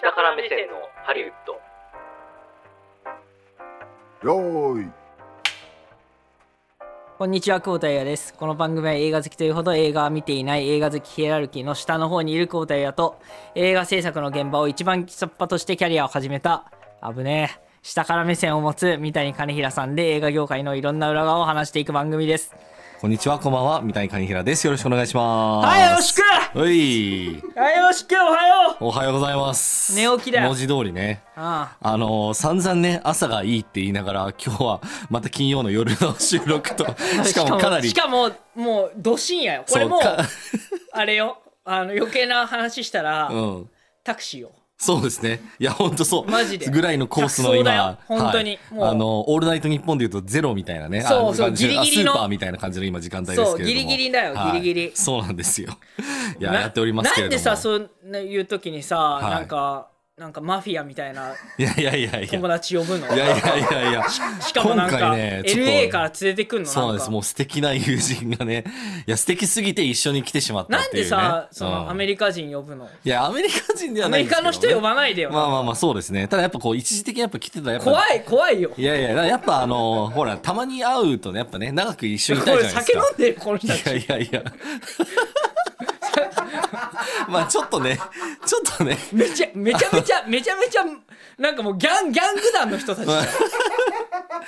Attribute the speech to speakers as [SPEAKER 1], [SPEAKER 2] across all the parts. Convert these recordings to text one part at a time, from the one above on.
[SPEAKER 1] 下から目線のハリウッド
[SPEAKER 2] よーい
[SPEAKER 3] こんにちは、久保田彩です。この番組は映画好きというほど映画は見ていない映画好きヒエラルキーの下の方にいる久保田彩と映画制作の現場を一番下っ端としてキャリアを始めた、あぶねえ、下から目線を持つ三谷兼平さんで映画業界のいろんな裏側を話していく番組です。
[SPEAKER 4] こんにちは、こんばんは、三谷兼平です。よろしくお願いします。
[SPEAKER 3] はい、よろしく
[SPEAKER 4] おい、
[SPEAKER 3] はい、よろしくおはよう
[SPEAKER 4] おはようございます。
[SPEAKER 3] 寝起きだよ
[SPEAKER 4] 文字通りね。
[SPEAKER 3] あ
[SPEAKER 4] あのー散々ね、朝がいいって言いながら、今日はまた金曜の夜の収録と、
[SPEAKER 3] あ
[SPEAKER 4] しかもかな り、
[SPEAKER 3] しかも、もう、ど深夜よ。これもう
[SPEAKER 4] そうか、
[SPEAKER 3] あれよ。あの、余計な話したら、
[SPEAKER 4] うん。
[SPEAKER 3] タクシーを。
[SPEAKER 4] そうですね。いや、ほんとそう。
[SPEAKER 3] マジで
[SPEAKER 4] ぐらいのコースの
[SPEAKER 3] 着想だよ
[SPEAKER 4] 今、
[SPEAKER 3] 本当に
[SPEAKER 4] はい
[SPEAKER 3] もう
[SPEAKER 4] あのー、オールナイト日本で言うとゼロみたいなね。あ
[SPEAKER 3] そうそう
[SPEAKER 4] 感じ
[SPEAKER 3] ギリギリの
[SPEAKER 4] あスーパーみたいな感じの今時間帯ですけれども。
[SPEAKER 3] そうギリギリだよ
[SPEAKER 4] はい
[SPEAKER 3] ギリギリ
[SPEAKER 4] そうなんですよ。いや、
[SPEAKER 3] な
[SPEAKER 4] やっておりますけれど
[SPEAKER 3] な
[SPEAKER 4] も。
[SPEAKER 3] んでさそういう時にさ、
[SPEAKER 4] い
[SPEAKER 3] なんかなんかマフィアみたいない
[SPEAKER 4] やいやいやいや。
[SPEAKER 3] 友達呼ぶの
[SPEAKER 4] いやいやいやいや。
[SPEAKER 3] しかもなん
[SPEAKER 4] 今
[SPEAKER 3] か、
[SPEAKER 4] 回ねちょっと
[SPEAKER 3] LA から連れてくんの
[SPEAKER 4] そうな
[SPEAKER 3] ん
[SPEAKER 4] んで
[SPEAKER 3] か
[SPEAKER 4] す。もう素敵な友人がね。いや、素敵すぎて一緒に来てしまった
[SPEAKER 3] な
[SPEAKER 4] っ
[SPEAKER 3] ん
[SPEAKER 4] ていう、
[SPEAKER 3] で
[SPEAKER 4] ね。
[SPEAKER 3] さ、そのアメ
[SPEAKER 4] リ
[SPEAKER 3] リカ人呼ぶの
[SPEAKER 4] カ。いや、アメリカ人で
[SPEAKER 3] ア
[SPEAKER 4] はな
[SPEAKER 3] メ
[SPEAKER 4] い
[SPEAKER 3] リカの人呼ばないでよ、
[SPEAKER 4] ばまあまあまあ、そうですね。ただやっぱこう、一時的にやっぱ来てたらやっぱ。
[SPEAKER 3] 怖い怖いよ
[SPEAKER 4] いやいや、やっぱあの ほら、たまに会うとね、やっぱね、長く一緒にい
[SPEAKER 3] こ
[SPEAKER 4] たいじ
[SPEAKER 3] れ
[SPEAKER 4] ゃないで
[SPEAKER 3] 酒
[SPEAKER 4] す
[SPEAKER 3] 飲
[SPEAKER 4] か。
[SPEAKER 3] んでるこの人たち
[SPEAKER 4] いやいやい や。まあちょっとね、ちょっとね、
[SPEAKER 3] めちゃめ ちゃめちゃめちゃめちゃなんかもうギャンギャング団の人たちだよ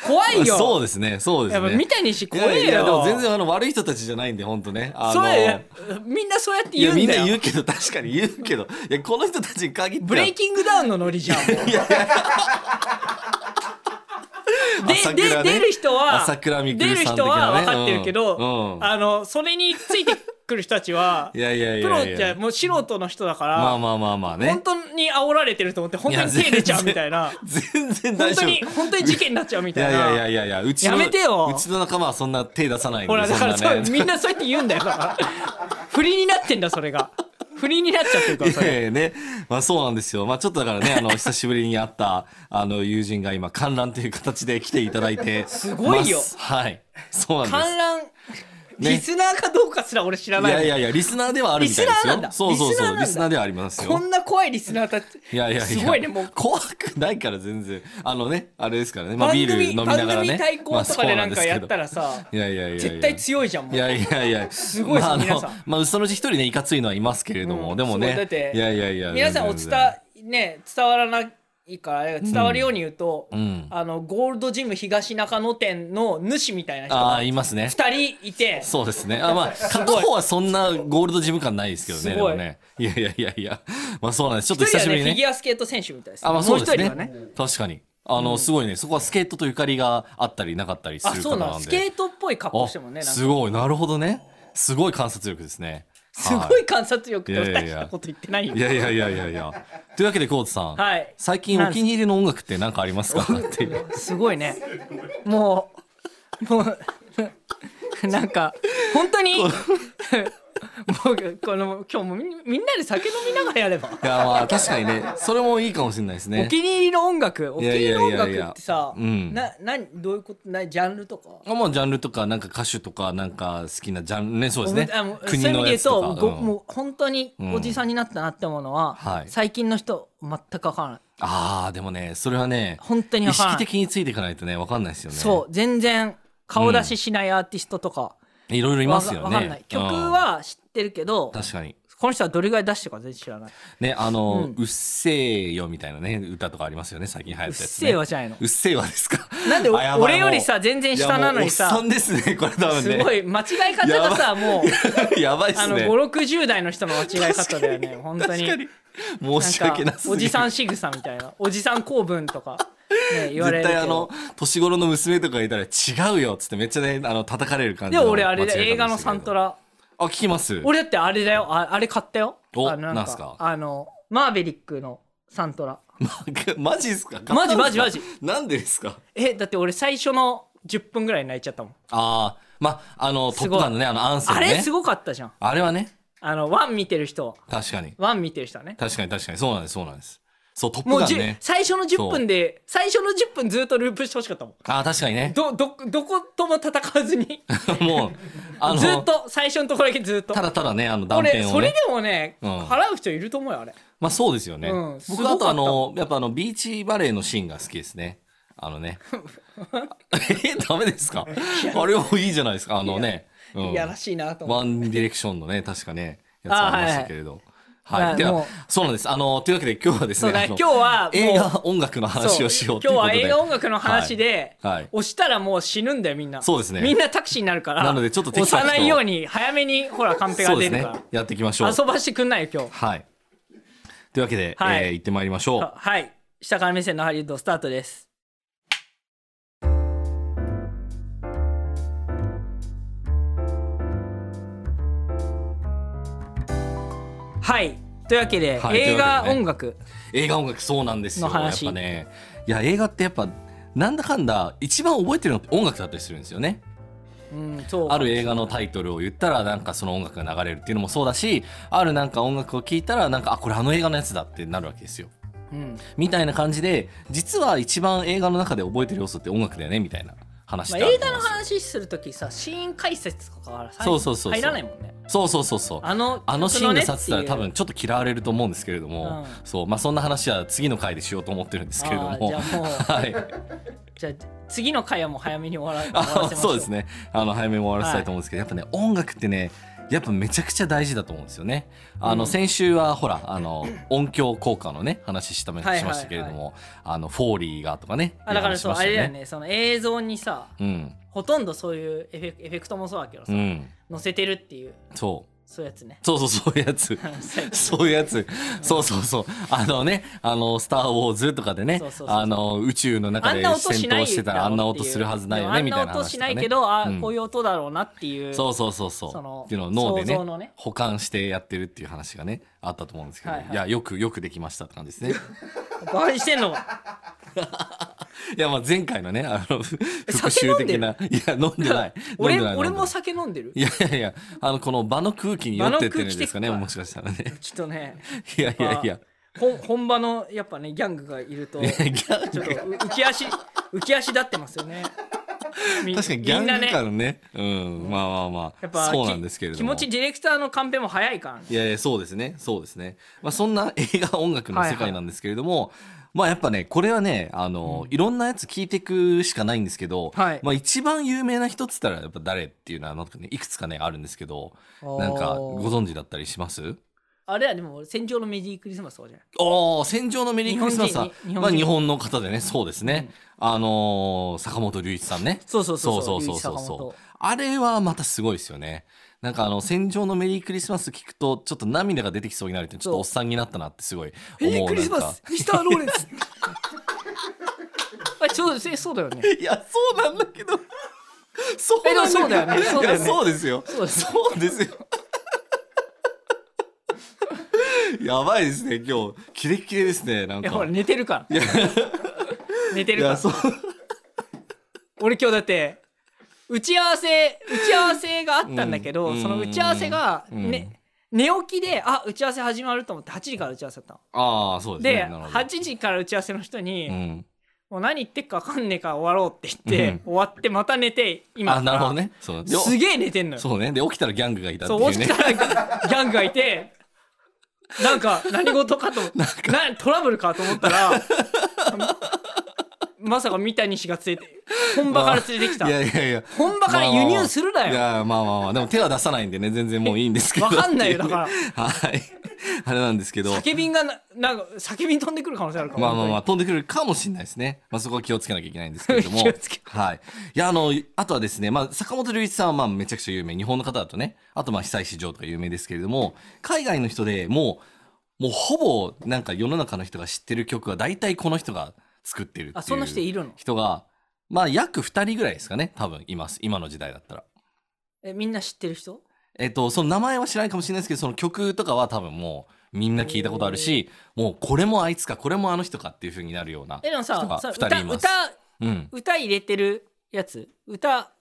[SPEAKER 3] 怖いよ
[SPEAKER 4] そうですね、そうです
[SPEAKER 3] やっ
[SPEAKER 4] ね。
[SPEAKER 3] ぱ三谷氏
[SPEAKER 4] い
[SPEAKER 3] 怖
[SPEAKER 4] や
[SPEAKER 3] えよ
[SPEAKER 4] いや、でも全然あの悪い人たちじゃないんで、本当ね。あの
[SPEAKER 3] そうやみんなそうやって
[SPEAKER 4] い
[SPEAKER 3] 言
[SPEAKER 4] や
[SPEAKER 3] うんだ
[SPEAKER 4] み
[SPEAKER 3] よ
[SPEAKER 4] んな言うけど確かに言うけどいやこの人たちに限っては
[SPEAKER 3] ブレイキングダウンのノリじゃんもう
[SPEAKER 4] 朝
[SPEAKER 3] で、
[SPEAKER 4] 倉
[SPEAKER 3] で
[SPEAKER 4] ね
[SPEAKER 3] 出る人は
[SPEAKER 4] 朝倉未
[SPEAKER 3] 出
[SPEAKER 4] 来
[SPEAKER 3] る
[SPEAKER 4] さん的な
[SPEAKER 3] 人
[SPEAKER 4] ね
[SPEAKER 3] は分かってるけど、
[SPEAKER 4] うんうん
[SPEAKER 3] あのそれについてくる人たちは
[SPEAKER 4] いやいやい
[SPEAKER 3] プロ
[SPEAKER 4] や
[SPEAKER 3] っ
[SPEAKER 4] い
[SPEAKER 3] て
[SPEAKER 4] や
[SPEAKER 3] もう素人の人だから、
[SPEAKER 4] まあまあまあまあね
[SPEAKER 3] 本当に煽られてると思って本当に手出ちゃうみたいな
[SPEAKER 4] 全然
[SPEAKER 3] 本
[SPEAKER 4] 大
[SPEAKER 3] 当
[SPEAKER 4] 丈夫
[SPEAKER 3] に本当に事件になっちゃうみ
[SPEAKER 4] い
[SPEAKER 3] た
[SPEAKER 4] や
[SPEAKER 3] い
[SPEAKER 4] い
[SPEAKER 3] な
[SPEAKER 4] やいやいやいやうちの
[SPEAKER 3] やめてよ
[SPEAKER 4] うちの仲間はそんな手出さないんで
[SPEAKER 3] ほらだから
[SPEAKER 4] そんな
[SPEAKER 3] そう
[SPEAKER 4] ね
[SPEAKER 3] みんなそうやって言うんだよだから振りになってんだそれが振りになっちゃってるからそ
[SPEAKER 4] い
[SPEAKER 3] れ
[SPEAKER 4] やいやね、まあそうなんですよ。まあちょっとだ からね、あの、久しぶりに会った、あの、友人が今、観覧という形で来ていただ いてます。す
[SPEAKER 3] ごいよ
[SPEAKER 4] はい。そうなんです。
[SPEAKER 3] 観覧、
[SPEAKER 4] ね
[SPEAKER 3] リスナーかどうかすら俺知ら
[SPEAKER 4] い
[SPEAKER 3] ないもん
[SPEAKER 4] やいやいや、リスナーではあるみたいで
[SPEAKER 3] リス
[SPEAKER 4] す
[SPEAKER 3] ナーなんだ
[SPEAKER 4] よ。そうそうそう、
[SPEAKER 3] リ
[SPEAKER 4] リ
[SPEAKER 3] スナーな
[SPEAKER 4] ス
[SPEAKER 3] んだ
[SPEAKER 4] ナーではありますよ。
[SPEAKER 3] こんな怖いリスナーたち
[SPEAKER 4] いやいやいや
[SPEAKER 3] すごいねもう
[SPEAKER 4] 怖くないから全然あのねあれですからね、まあ、
[SPEAKER 3] 番
[SPEAKER 4] ビ
[SPEAKER 3] 組
[SPEAKER 4] ール飲みながら
[SPEAKER 3] 番
[SPEAKER 4] ね
[SPEAKER 3] 組対抗とかでなんかやった
[SPEAKER 4] ら
[SPEAKER 3] らさ、
[SPEAKER 4] いやいやいやいや
[SPEAKER 3] 絶対強いじゃんもう
[SPEAKER 4] いやいやいやす
[SPEAKER 3] ごいです
[SPEAKER 4] まあ、あの
[SPEAKER 3] 皆さん
[SPEAKER 4] まあそのうち一人ねいかついのはいますけれども、
[SPEAKER 3] うん
[SPEAKER 4] でも
[SPEAKER 3] そう
[SPEAKER 4] ね
[SPEAKER 3] だって
[SPEAKER 4] いやいやいや
[SPEAKER 3] 皆さんお
[SPEAKER 4] 全
[SPEAKER 3] 伝
[SPEAKER 4] 然
[SPEAKER 3] ね伝わらないから伝わるように言うと、
[SPEAKER 4] ん
[SPEAKER 3] あのゴールドジム東中野店の主みたいな人
[SPEAKER 4] あ
[SPEAKER 3] が
[SPEAKER 4] あいますね
[SPEAKER 3] 2人いて
[SPEAKER 4] そうですねあま あ片方はそんなゴールドジム感ないですけどね
[SPEAKER 3] すごい
[SPEAKER 4] でもねいやいやいやいやまあそうなんですちょっと
[SPEAKER 3] 一人
[SPEAKER 4] 久
[SPEAKER 3] は
[SPEAKER 4] しぶ
[SPEAKER 3] ね
[SPEAKER 4] りに
[SPEAKER 3] フ
[SPEAKER 4] ね
[SPEAKER 3] ィギュアスケート選手みたいです
[SPEAKER 4] あ、まあそうです
[SPEAKER 3] もう一
[SPEAKER 4] ね。
[SPEAKER 3] 人はね
[SPEAKER 4] 確かに。あの、すごいね。そこはスケートとゆかりがあったりなかったりす
[SPEAKER 3] あ
[SPEAKER 4] る
[SPEAKER 3] そ
[SPEAKER 4] 方
[SPEAKER 3] うな
[SPEAKER 4] な
[SPEAKER 3] の
[SPEAKER 4] んで。
[SPEAKER 3] スケートっぽい格好してもね
[SPEAKER 4] あ
[SPEAKER 3] なん
[SPEAKER 4] す
[SPEAKER 3] か
[SPEAKER 4] ごい、なるほどね。すごい観察力ですね。
[SPEAKER 3] す
[SPEAKER 4] は
[SPEAKER 3] ごい観察力で
[SPEAKER 4] いやいや
[SPEAKER 3] 大
[SPEAKER 4] い
[SPEAKER 3] し
[SPEAKER 4] や
[SPEAKER 3] たこと言ってないよ
[SPEAKER 4] い。いやいやいやいやいや。というわけで、コーツさん。
[SPEAKER 3] はい
[SPEAKER 4] 最近お気に入りの音楽って何かありますかっていう。
[SPEAKER 3] すごいね。もう、もう、なんか、本当に、僕、この、今日もみみんなで酒飲みながらやれば。
[SPEAKER 4] いや、まあ確かにね。それもいいかもしれないです
[SPEAKER 3] お
[SPEAKER 4] ね。
[SPEAKER 3] 気に入りの音楽、お気に入りの音
[SPEAKER 4] いやいやいやい
[SPEAKER 3] 楽
[SPEAKER 4] や
[SPEAKER 3] ってさ、
[SPEAKER 4] うん
[SPEAKER 3] な、な、どういうこと、な、ジャンルとか。
[SPEAKER 4] あまあ、ジャンルとか、なんか歌手とか、なんか好きなジャンルね、そうですね
[SPEAKER 3] あも。うそういう
[SPEAKER 4] 国
[SPEAKER 3] 意味
[SPEAKER 4] の
[SPEAKER 3] で
[SPEAKER 4] や
[SPEAKER 3] 言う
[SPEAKER 4] つとか。
[SPEAKER 3] と、ご
[SPEAKER 4] うん
[SPEAKER 3] もう本当におじさんになったなって思うのは、
[SPEAKER 4] はい
[SPEAKER 3] 最近の人全くわからない
[SPEAKER 4] ああ、でもね、それはね、
[SPEAKER 3] 本当に
[SPEAKER 4] 意
[SPEAKER 3] わからない
[SPEAKER 4] 識的についていかないとね、わかんないですよね。
[SPEAKER 3] そう全然顔出ししないアーティストとか、
[SPEAKER 4] いろいろい
[SPEAKER 3] わ
[SPEAKER 4] ます
[SPEAKER 3] か
[SPEAKER 4] よね。
[SPEAKER 3] わかんない曲
[SPEAKER 4] うん
[SPEAKER 3] は知ってるけど、
[SPEAKER 4] 確かに。
[SPEAKER 3] この人はどれぐらい出してるか全然知らない。
[SPEAKER 4] ね、あの、
[SPEAKER 3] うん
[SPEAKER 4] うっせえよみたいなね、歌とかありますよね、最近流行
[SPEAKER 3] う
[SPEAKER 4] っ
[SPEAKER 3] った
[SPEAKER 4] やつ、ね。
[SPEAKER 3] せえわじゃないの
[SPEAKER 4] う。っせえわですか。
[SPEAKER 3] なん で
[SPEAKER 4] あやばい
[SPEAKER 3] 俺より
[SPEAKER 4] も
[SPEAKER 3] さ
[SPEAKER 4] う
[SPEAKER 3] 全然下なのに
[SPEAKER 4] いやも
[SPEAKER 3] さ
[SPEAKER 4] うおっさんですね、これ多分
[SPEAKER 3] す
[SPEAKER 4] ね。
[SPEAKER 3] ごい間違い方がさもう
[SPEAKER 4] やばいっ
[SPEAKER 3] あ
[SPEAKER 4] す
[SPEAKER 3] の
[SPEAKER 4] ね。
[SPEAKER 3] 560代の人の間違い方だよね本当に
[SPEAKER 4] 確かに。申し訳な
[SPEAKER 3] なん
[SPEAKER 4] す
[SPEAKER 3] かお
[SPEAKER 4] ぎる
[SPEAKER 3] じさん仕草みたいなおじさん構文とか、 ね、言われる
[SPEAKER 4] 絶
[SPEAKER 3] けど
[SPEAKER 4] 対あの年頃の娘とかいたら違うよっつってめっちゃねあの叩かれる感じ
[SPEAKER 3] で
[SPEAKER 4] の
[SPEAKER 3] も俺あれだ
[SPEAKER 4] 間違い
[SPEAKER 3] 映
[SPEAKER 4] 方
[SPEAKER 3] 画
[SPEAKER 4] で
[SPEAKER 3] の
[SPEAKER 4] したけ
[SPEAKER 3] サン
[SPEAKER 4] れど
[SPEAKER 3] トラ
[SPEAKER 4] あ聞きます
[SPEAKER 3] 俺だってあれだよああれ買ったよ
[SPEAKER 4] お
[SPEAKER 3] あの
[SPEAKER 4] なんすか
[SPEAKER 3] あのマーベリックのサントラ
[SPEAKER 4] マジっすか
[SPEAKER 3] マジマジマジ
[SPEAKER 4] なんでですか
[SPEAKER 3] えだって俺最初の10分ぐらい泣いちゃったもん
[SPEAKER 4] ああまああの
[SPEAKER 3] す
[SPEAKER 4] ト
[SPEAKER 3] ごい
[SPEAKER 4] ップガンのねあのアンセム
[SPEAKER 3] あ
[SPEAKER 4] ね
[SPEAKER 3] れすごかったじゃん
[SPEAKER 4] あれはね
[SPEAKER 3] あのワン見てる人は
[SPEAKER 4] 確かに
[SPEAKER 3] ワン見てる人はね
[SPEAKER 4] 確かに確かにそうなんですそうなんですそうトップ
[SPEAKER 3] もう
[SPEAKER 4] ガン
[SPEAKER 3] じゅ、
[SPEAKER 4] ね
[SPEAKER 3] 最初の10分で最初の10分ずっとループしてほしかったもん
[SPEAKER 4] ああ確かにね
[SPEAKER 3] どどどことも戦わずに
[SPEAKER 4] もうあの
[SPEAKER 3] ずっと最初のところだけずっと
[SPEAKER 4] ただただねあの断
[SPEAKER 3] 俺、
[SPEAKER 4] 片を
[SPEAKER 3] それ
[SPEAKER 4] ね
[SPEAKER 3] でもね、
[SPEAKER 4] うん
[SPEAKER 3] 払う人いると思うよあれ
[SPEAKER 4] まあそうですよね、
[SPEAKER 3] うんすご
[SPEAKER 4] 僕
[SPEAKER 3] かった
[SPEAKER 4] あとあのやっぱあのビーチバレーのシーンが好きですねあ のねえダメですかあれはいいじゃないですかあのねうん
[SPEAKER 3] いやらしいなと思
[SPEAKER 4] ワ
[SPEAKER 3] う
[SPEAKER 4] ンディレクションのね確かねやつ
[SPEAKER 3] あ
[SPEAKER 4] ありましたけれどはい、
[SPEAKER 3] はい
[SPEAKER 4] で
[SPEAKER 3] も
[SPEAKER 4] は
[SPEAKER 3] う
[SPEAKER 4] そうなんですあのというわけで今日はです
[SPEAKER 3] そう
[SPEAKER 4] ね
[SPEAKER 3] だ
[SPEAKER 4] あ
[SPEAKER 3] 今
[SPEAKER 4] の
[SPEAKER 3] 日はもう
[SPEAKER 4] 映画音楽の話をし
[SPEAKER 3] そ
[SPEAKER 4] よ
[SPEAKER 3] う
[SPEAKER 4] うとい
[SPEAKER 3] 今日
[SPEAKER 4] うこと
[SPEAKER 3] は
[SPEAKER 4] で
[SPEAKER 3] 映画音楽の話で、
[SPEAKER 4] はいはい
[SPEAKER 3] 押したらもう死ぬんだよみんな
[SPEAKER 4] そうですね
[SPEAKER 3] みんなタクシーになるから
[SPEAKER 4] なのでちょっとテ
[SPEAKER 3] 押
[SPEAKER 4] キサス
[SPEAKER 3] さ
[SPEAKER 4] と
[SPEAKER 3] ないように早めにほらカンペ
[SPEAKER 4] そ
[SPEAKER 3] が
[SPEAKER 4] うで
[SPEAKER 3] 出
[SPEAKER 4] す
[SPEAKER 3] る
[SPEAKER 4] ね
[SPEAKER 3] か
[SPEAKER 4] やっていきましょ
[SPEAKER 3] ら、
[SPEAKER 4] う
[SPEAKER 3] 遊ばしてくんないよ今日
[SPEAKER 4] はいというわけで、
[SPEAKER 3] はい
[SPEAKER 4] えー行ってまいりましょう
[SPEAKER 3] あはい下から目線のハリウッドスタートですはいというわけで、
[SPEAKER 4] はい
[SPEAKER 3] 映画
[SPEAKER 4] というわけでね
[SPEAKER 3] 音楽
[SPEAKER 4] 映画音楽そうなんですよ
[SPEAKER 3] の話
[SPEAKER 4] やっぱねいや映画ってやっぱなんだかんだ一番覚えてるのって音楽だったりするんですよね
[SPEAKER 3] うんそう
[SPEAKER 4] ある映画のタイトルを言ったらなんかその音楽が流れるっていうのもそうだしあるなんか音楽を聴いたらなんかあこれあの映画のやつだってなるわけですよ
[SPEAKER 3] うん
[SPEAKER 4] みたいな感じで実は一番映画の中で覚えてる要素って音楽だよねみたいな話
[SPEAKER 3] まあ、
[SPEAKER 4] ってある
[SPEAKER 3] 映
[SPEAKER 4] と
[SPEAKER 3] 画
[SPEAKER 4] 思
[SPEAKER 3] の
[SPEAKER 4] うんですよ
[SPEAKER 3] 話するときさシーン解説とかからさ
[SPEAKER 4] そうそうそうそう
[SPEAKER 3] 入らないもんね
[SPEAKER 4] そうそうそうそう
[SPEAKER 3] あの
[SPEAKER 4] あのシーンがさってたら多
[SPEAKER 3] 曲のね
[SPEAKER 4] 分ちょっと嫌われると思うんですけれども、
[SPEAKER 3] うん
[SPEAKER 4] そうまあそんな話は次の回でしようと思ってるんですけれども
[SPEAKER 3] あーじゃあもう
[SPEAKER 4] はい
[SPEAKER 3] っていうじゃあ次の回はもう早めに終わら終わら
[SPEAKER 4] あ
[SPEAKER 3] せましょ
[SPEAKER 4] そうです
[SPEAKER 3] ね
[SPEAKER 4] ねあの早めに終わらせたいと思うんですけど、やっぱね音楽ってねやっぱめちゃくちゃ大事だと思うんですよね。あの、
[SPEAKER 3] うん
[SPEAKER 4] 先週はほらあの 音響効果のね話しためし
[SPEAKER 3] はいはいはい
[SPEAKER 4] ましたけれども、あのフォーリーがとかね
[SPEAKER 3] あだからそう、
[SPEAKER 4] 話し
[SPEAKER 3] あ
[SPEAKER 4] まし
[SPEAKER 3] れ
[SPEAKER 4] た
[SPEAKER 3] だよねその映像にさ
[SPEAKER 4] うん
[SPEAKER 3] ほとんどそういうエフェクエフェクトもそうだけどさ、
[SPEAKER 4] うん
[SPEAKER 3] 載せてるっていう
[SPEAKER 4] そう
[SPEAKER 3] そういうやつね
[SPEAKER 4] そうそうそういうやつ そういうやつそうそうそうあのねあの「スター・ウォーズ」とかでね
[SPEAKER 3] そうそうそうそう
[SPEAKER 4] あの宇宙の中
[SPEAKER 3] あん
[SPEAKER 4] で
[SPEAKER 3] な
[SPEAKER 4] 戦
[SPEAKER 3] 音しな
[SPEAKER 4] 闘
[SPEAKER 3] い
[SPEAKER 4] してたらあんな音するはずないよねみたいな
[SPEAKER 3] あんな音
[SPEAKER 4] 話
[SPEAKER 3] し
[SPEAKER 4] と
[SPEAKER 3] な
[SPEAKER 4] か
[SPEAKER 3] い
[SPEAKER 4] ね
[SPEAKER 3] けど、あ
[SPEAKER 4] うん
[SPEAKER 3] こういう音だろうなっていう
[SPEAKER 4] そうそうそうそう
[SPEAKER 3] その
[SPEAKER 4] っていうのを脳で
[SPEAKER 3] 想
[SPEAKER 4] ね
[SPEAKER 3] 像のね
[SPEAKER 4] 保管してやってるっていう話がねあったと思うんですけど、
[SPEAKER 3] はい
[SPEAKER 4] い
[SPEAKER 3] はい
[SPEAKER 4] やよくよくできましたって感じですね
[SPEAKER 3] バカにしてんのか
[SPEAKER 4] いやまあ前回のねあ のふ復
[SPEAKER 3] 酒
[SPEAKER 4] 習
[SPEAKER 3] 飲んで
[SPEAKER 4] 的
[SPEAKER 3] る
[SPEAKER 4] ないや飲んでない飲ん
[SPEAKER 3] 俺
[SPEAKER 4] でない
[SPEAKER 3] 俺
[SPEAKER 4] 飲んで
[SPEAKER 3] も
[SPEAKER 4] ない
[SPEAKER 3] 酒飲んでる
[SPEAKER 4] いやいやいやあのこの場の空気に酔ってってるんですかね
[SPEAKER 3] 場の空
[SPEAKER 4] もしかしたらね
[SPEAKER 3] ちょっとね
[SPEAKER 4] いやいやい や
[SPEAKER 3] ほん本場のやっぱねギャングがいると
[SPEAKER 4] いやギャン
[SPEAKER 3] ち
[SPEAKER 4] グ
[SPEAKER 3] ょっと浮き足浮き足立ってますよね。み
[SPEAKER 4] 確かにギャン
[SPEAKER 3] みんな
[SPEAKER 4] グ感
[SPEAKER 3] ね、
[SPEAKER 4] のねうんまあまあま
[SPEAKER 3] やっ
[SPEAKER 4] あ
[SPEAKER 3] ぱ
[SPEAKER 4] そうなんですけれども
[SPEAKER 3] き気持ちディレクターのカンペも早いからね。
[SPEAKER 4] いやいやそうですねそうですね、まあ、そんな映画音楽の世界なんですけれども、まあやっぱねこれはねあの、いろんなやつ聞いていくしかないんですけど、
[SPEAKER 3] はい
[SPEAKER 4] まあ、一番有名な人っつったらやっぱ誰っていうのはなんか、ね、いくつかねあるんですけどなんかご存知だったりします
[SPEAKER 3] あれはでも戦場のメリークリスマスとかじゃない。
[SPEAKER 4] おー戦場のメリークリスマスは
[SPEAKER 3] 日本人日本人
[SPEAKER 4] まあ、日本の方でねそうですね、あのー坂本龍一さんね
[SPEAKER 3] そうそうそ
[SPEAKER 4] そううそうそうそうそうあれはまたすごいですよねなんかあの「戦場のメリークリスマス」聞くとちょっと涙が出てきそうになるってちょっとおっさんになったなってすごい
[SPEAKER 3] メ
[SPEAKER 4] 思
[SPEAKER 3] リーク
[SPEAKER 4] う
[SPEAKER 3] リスマ
[SPEAKER 4] なん
[SPEAKER 3] ス
[SPEAKER 4] か
[SPEAKER 3] ミスターローレンス。あちょうど えそうだよね。
[SPEAKER 4] いやそうなんだけどそう
[SPEAKER 3] えでもそうだよね
[SPEAKER 4] けど
[SPEAKER 3] そうだよね
[SPEAKER 4] いやそうですよ
[SPEAKER 3] そうです
[SPEAKER 4] そうですよやばいですね今日キレッキレですねなん
[SPEAKER 3] いやほ
[SPEAKER 4] から
[SPEAKER 3] 寝てるから。寝て
[SPEAKER 4] い
[SPEAKER 3] るか
[SPEAKER 4] や
[SPEAKER 3] ら。
[SPEAKER 4] そう
[SPEAKER 3] 俺今日だって打ち合わせ打ち合わせがあったんだけど、
[SPEAKER 4] うん
[SPEAKER 3] その打ち合わせが、
[SPEAKER 4] うん
[SPEAKER 3] ね寝起きであ打ち合わせ始まると思って8時から打ち合わせだったの。
[SPEAKER 4] ああそうです
[SPEAKER 3] で
[SPEAKER 4] ねなるほど
[SPEAKER 3] 8時から打ち合わせの人に、
[SPEAKER 4] うん
[SPEAKER 3] もう何言ってっか分かんねえから終わろうって言って、終わってまた寝て今
[SPEAKER 4] あなるほどねそうでお
[SPEAKER 3] すげえ寝てんのよ
[SPEAKER 4] そうねで起きたらギャングがいたって
[SPEAKER 3] そ
[SPEAKER 4] いうう
[SPEAKER 3] 起
[SPEAKER 4] ね
[SPEAKER 3] きたらギャングがいてなんか何事かとなトラブルかと思ったらまさか三谷氏が連れて本場から連れてきた
[SPEAKER 4] いやいやいや
[SPEAKER 3] 本場から輸入するなよ
[SPEAKER 4] いやまあまあまあでも手は出さないんでね全然もういいんですけど
[SPEAKER 3] わかんないよだから
[SPEAKER 4] はいあれなんですけど
[SPEAKER 3] 叫びんがななんか叫びん飛んでくる可能性あるから
[SPEAKER 4] まあまあまあ
[SPEAKER 3] あ
[SPEAKER 4] 飛んでくるかもしれないですね、まあ、そこは気をつけなきゃいけないんですけれども
[SPEAKER 3] 気をつけ
[SPEAKER 4] はいいやあのあとはですね、まあ、坂本龍一さんはまあめちゃくちゃ有名日本の方だとねあとまあ久石譲とか有名ですけれども海外の人でもうもうほぼなんか世の中の人が知ってる曲は大体この人が作ってるっていう
[SPEAKER 3] あそんな人いるの
[SPEAKER 4] 人がまあ約2人ぐらいですかね多分います今の時代だったら。
[SPEAKER 3] えみんな知ってる人
[SPEAKER 4] えっと、その名前は知らないかもしれないですけど、その曲とかは多分もうみんな聞いたことあるし、もうこれもあいつか、これもあの人かっていう風になるような
[SPEAKER 3] えでも
[SPEAKER 4] 人
[SPEAKER 3] さ
[SPEAKER 4] が
[SPEAKER 3] さ
[SPEAKER 4] 2
[SPEAKER 3] 歌
[SPEAKER 4] 人います
[SPEAKER 3] 歌
[SPEAKER 4] うん。
[SPEAKER 3] 歌入れてるやつ歌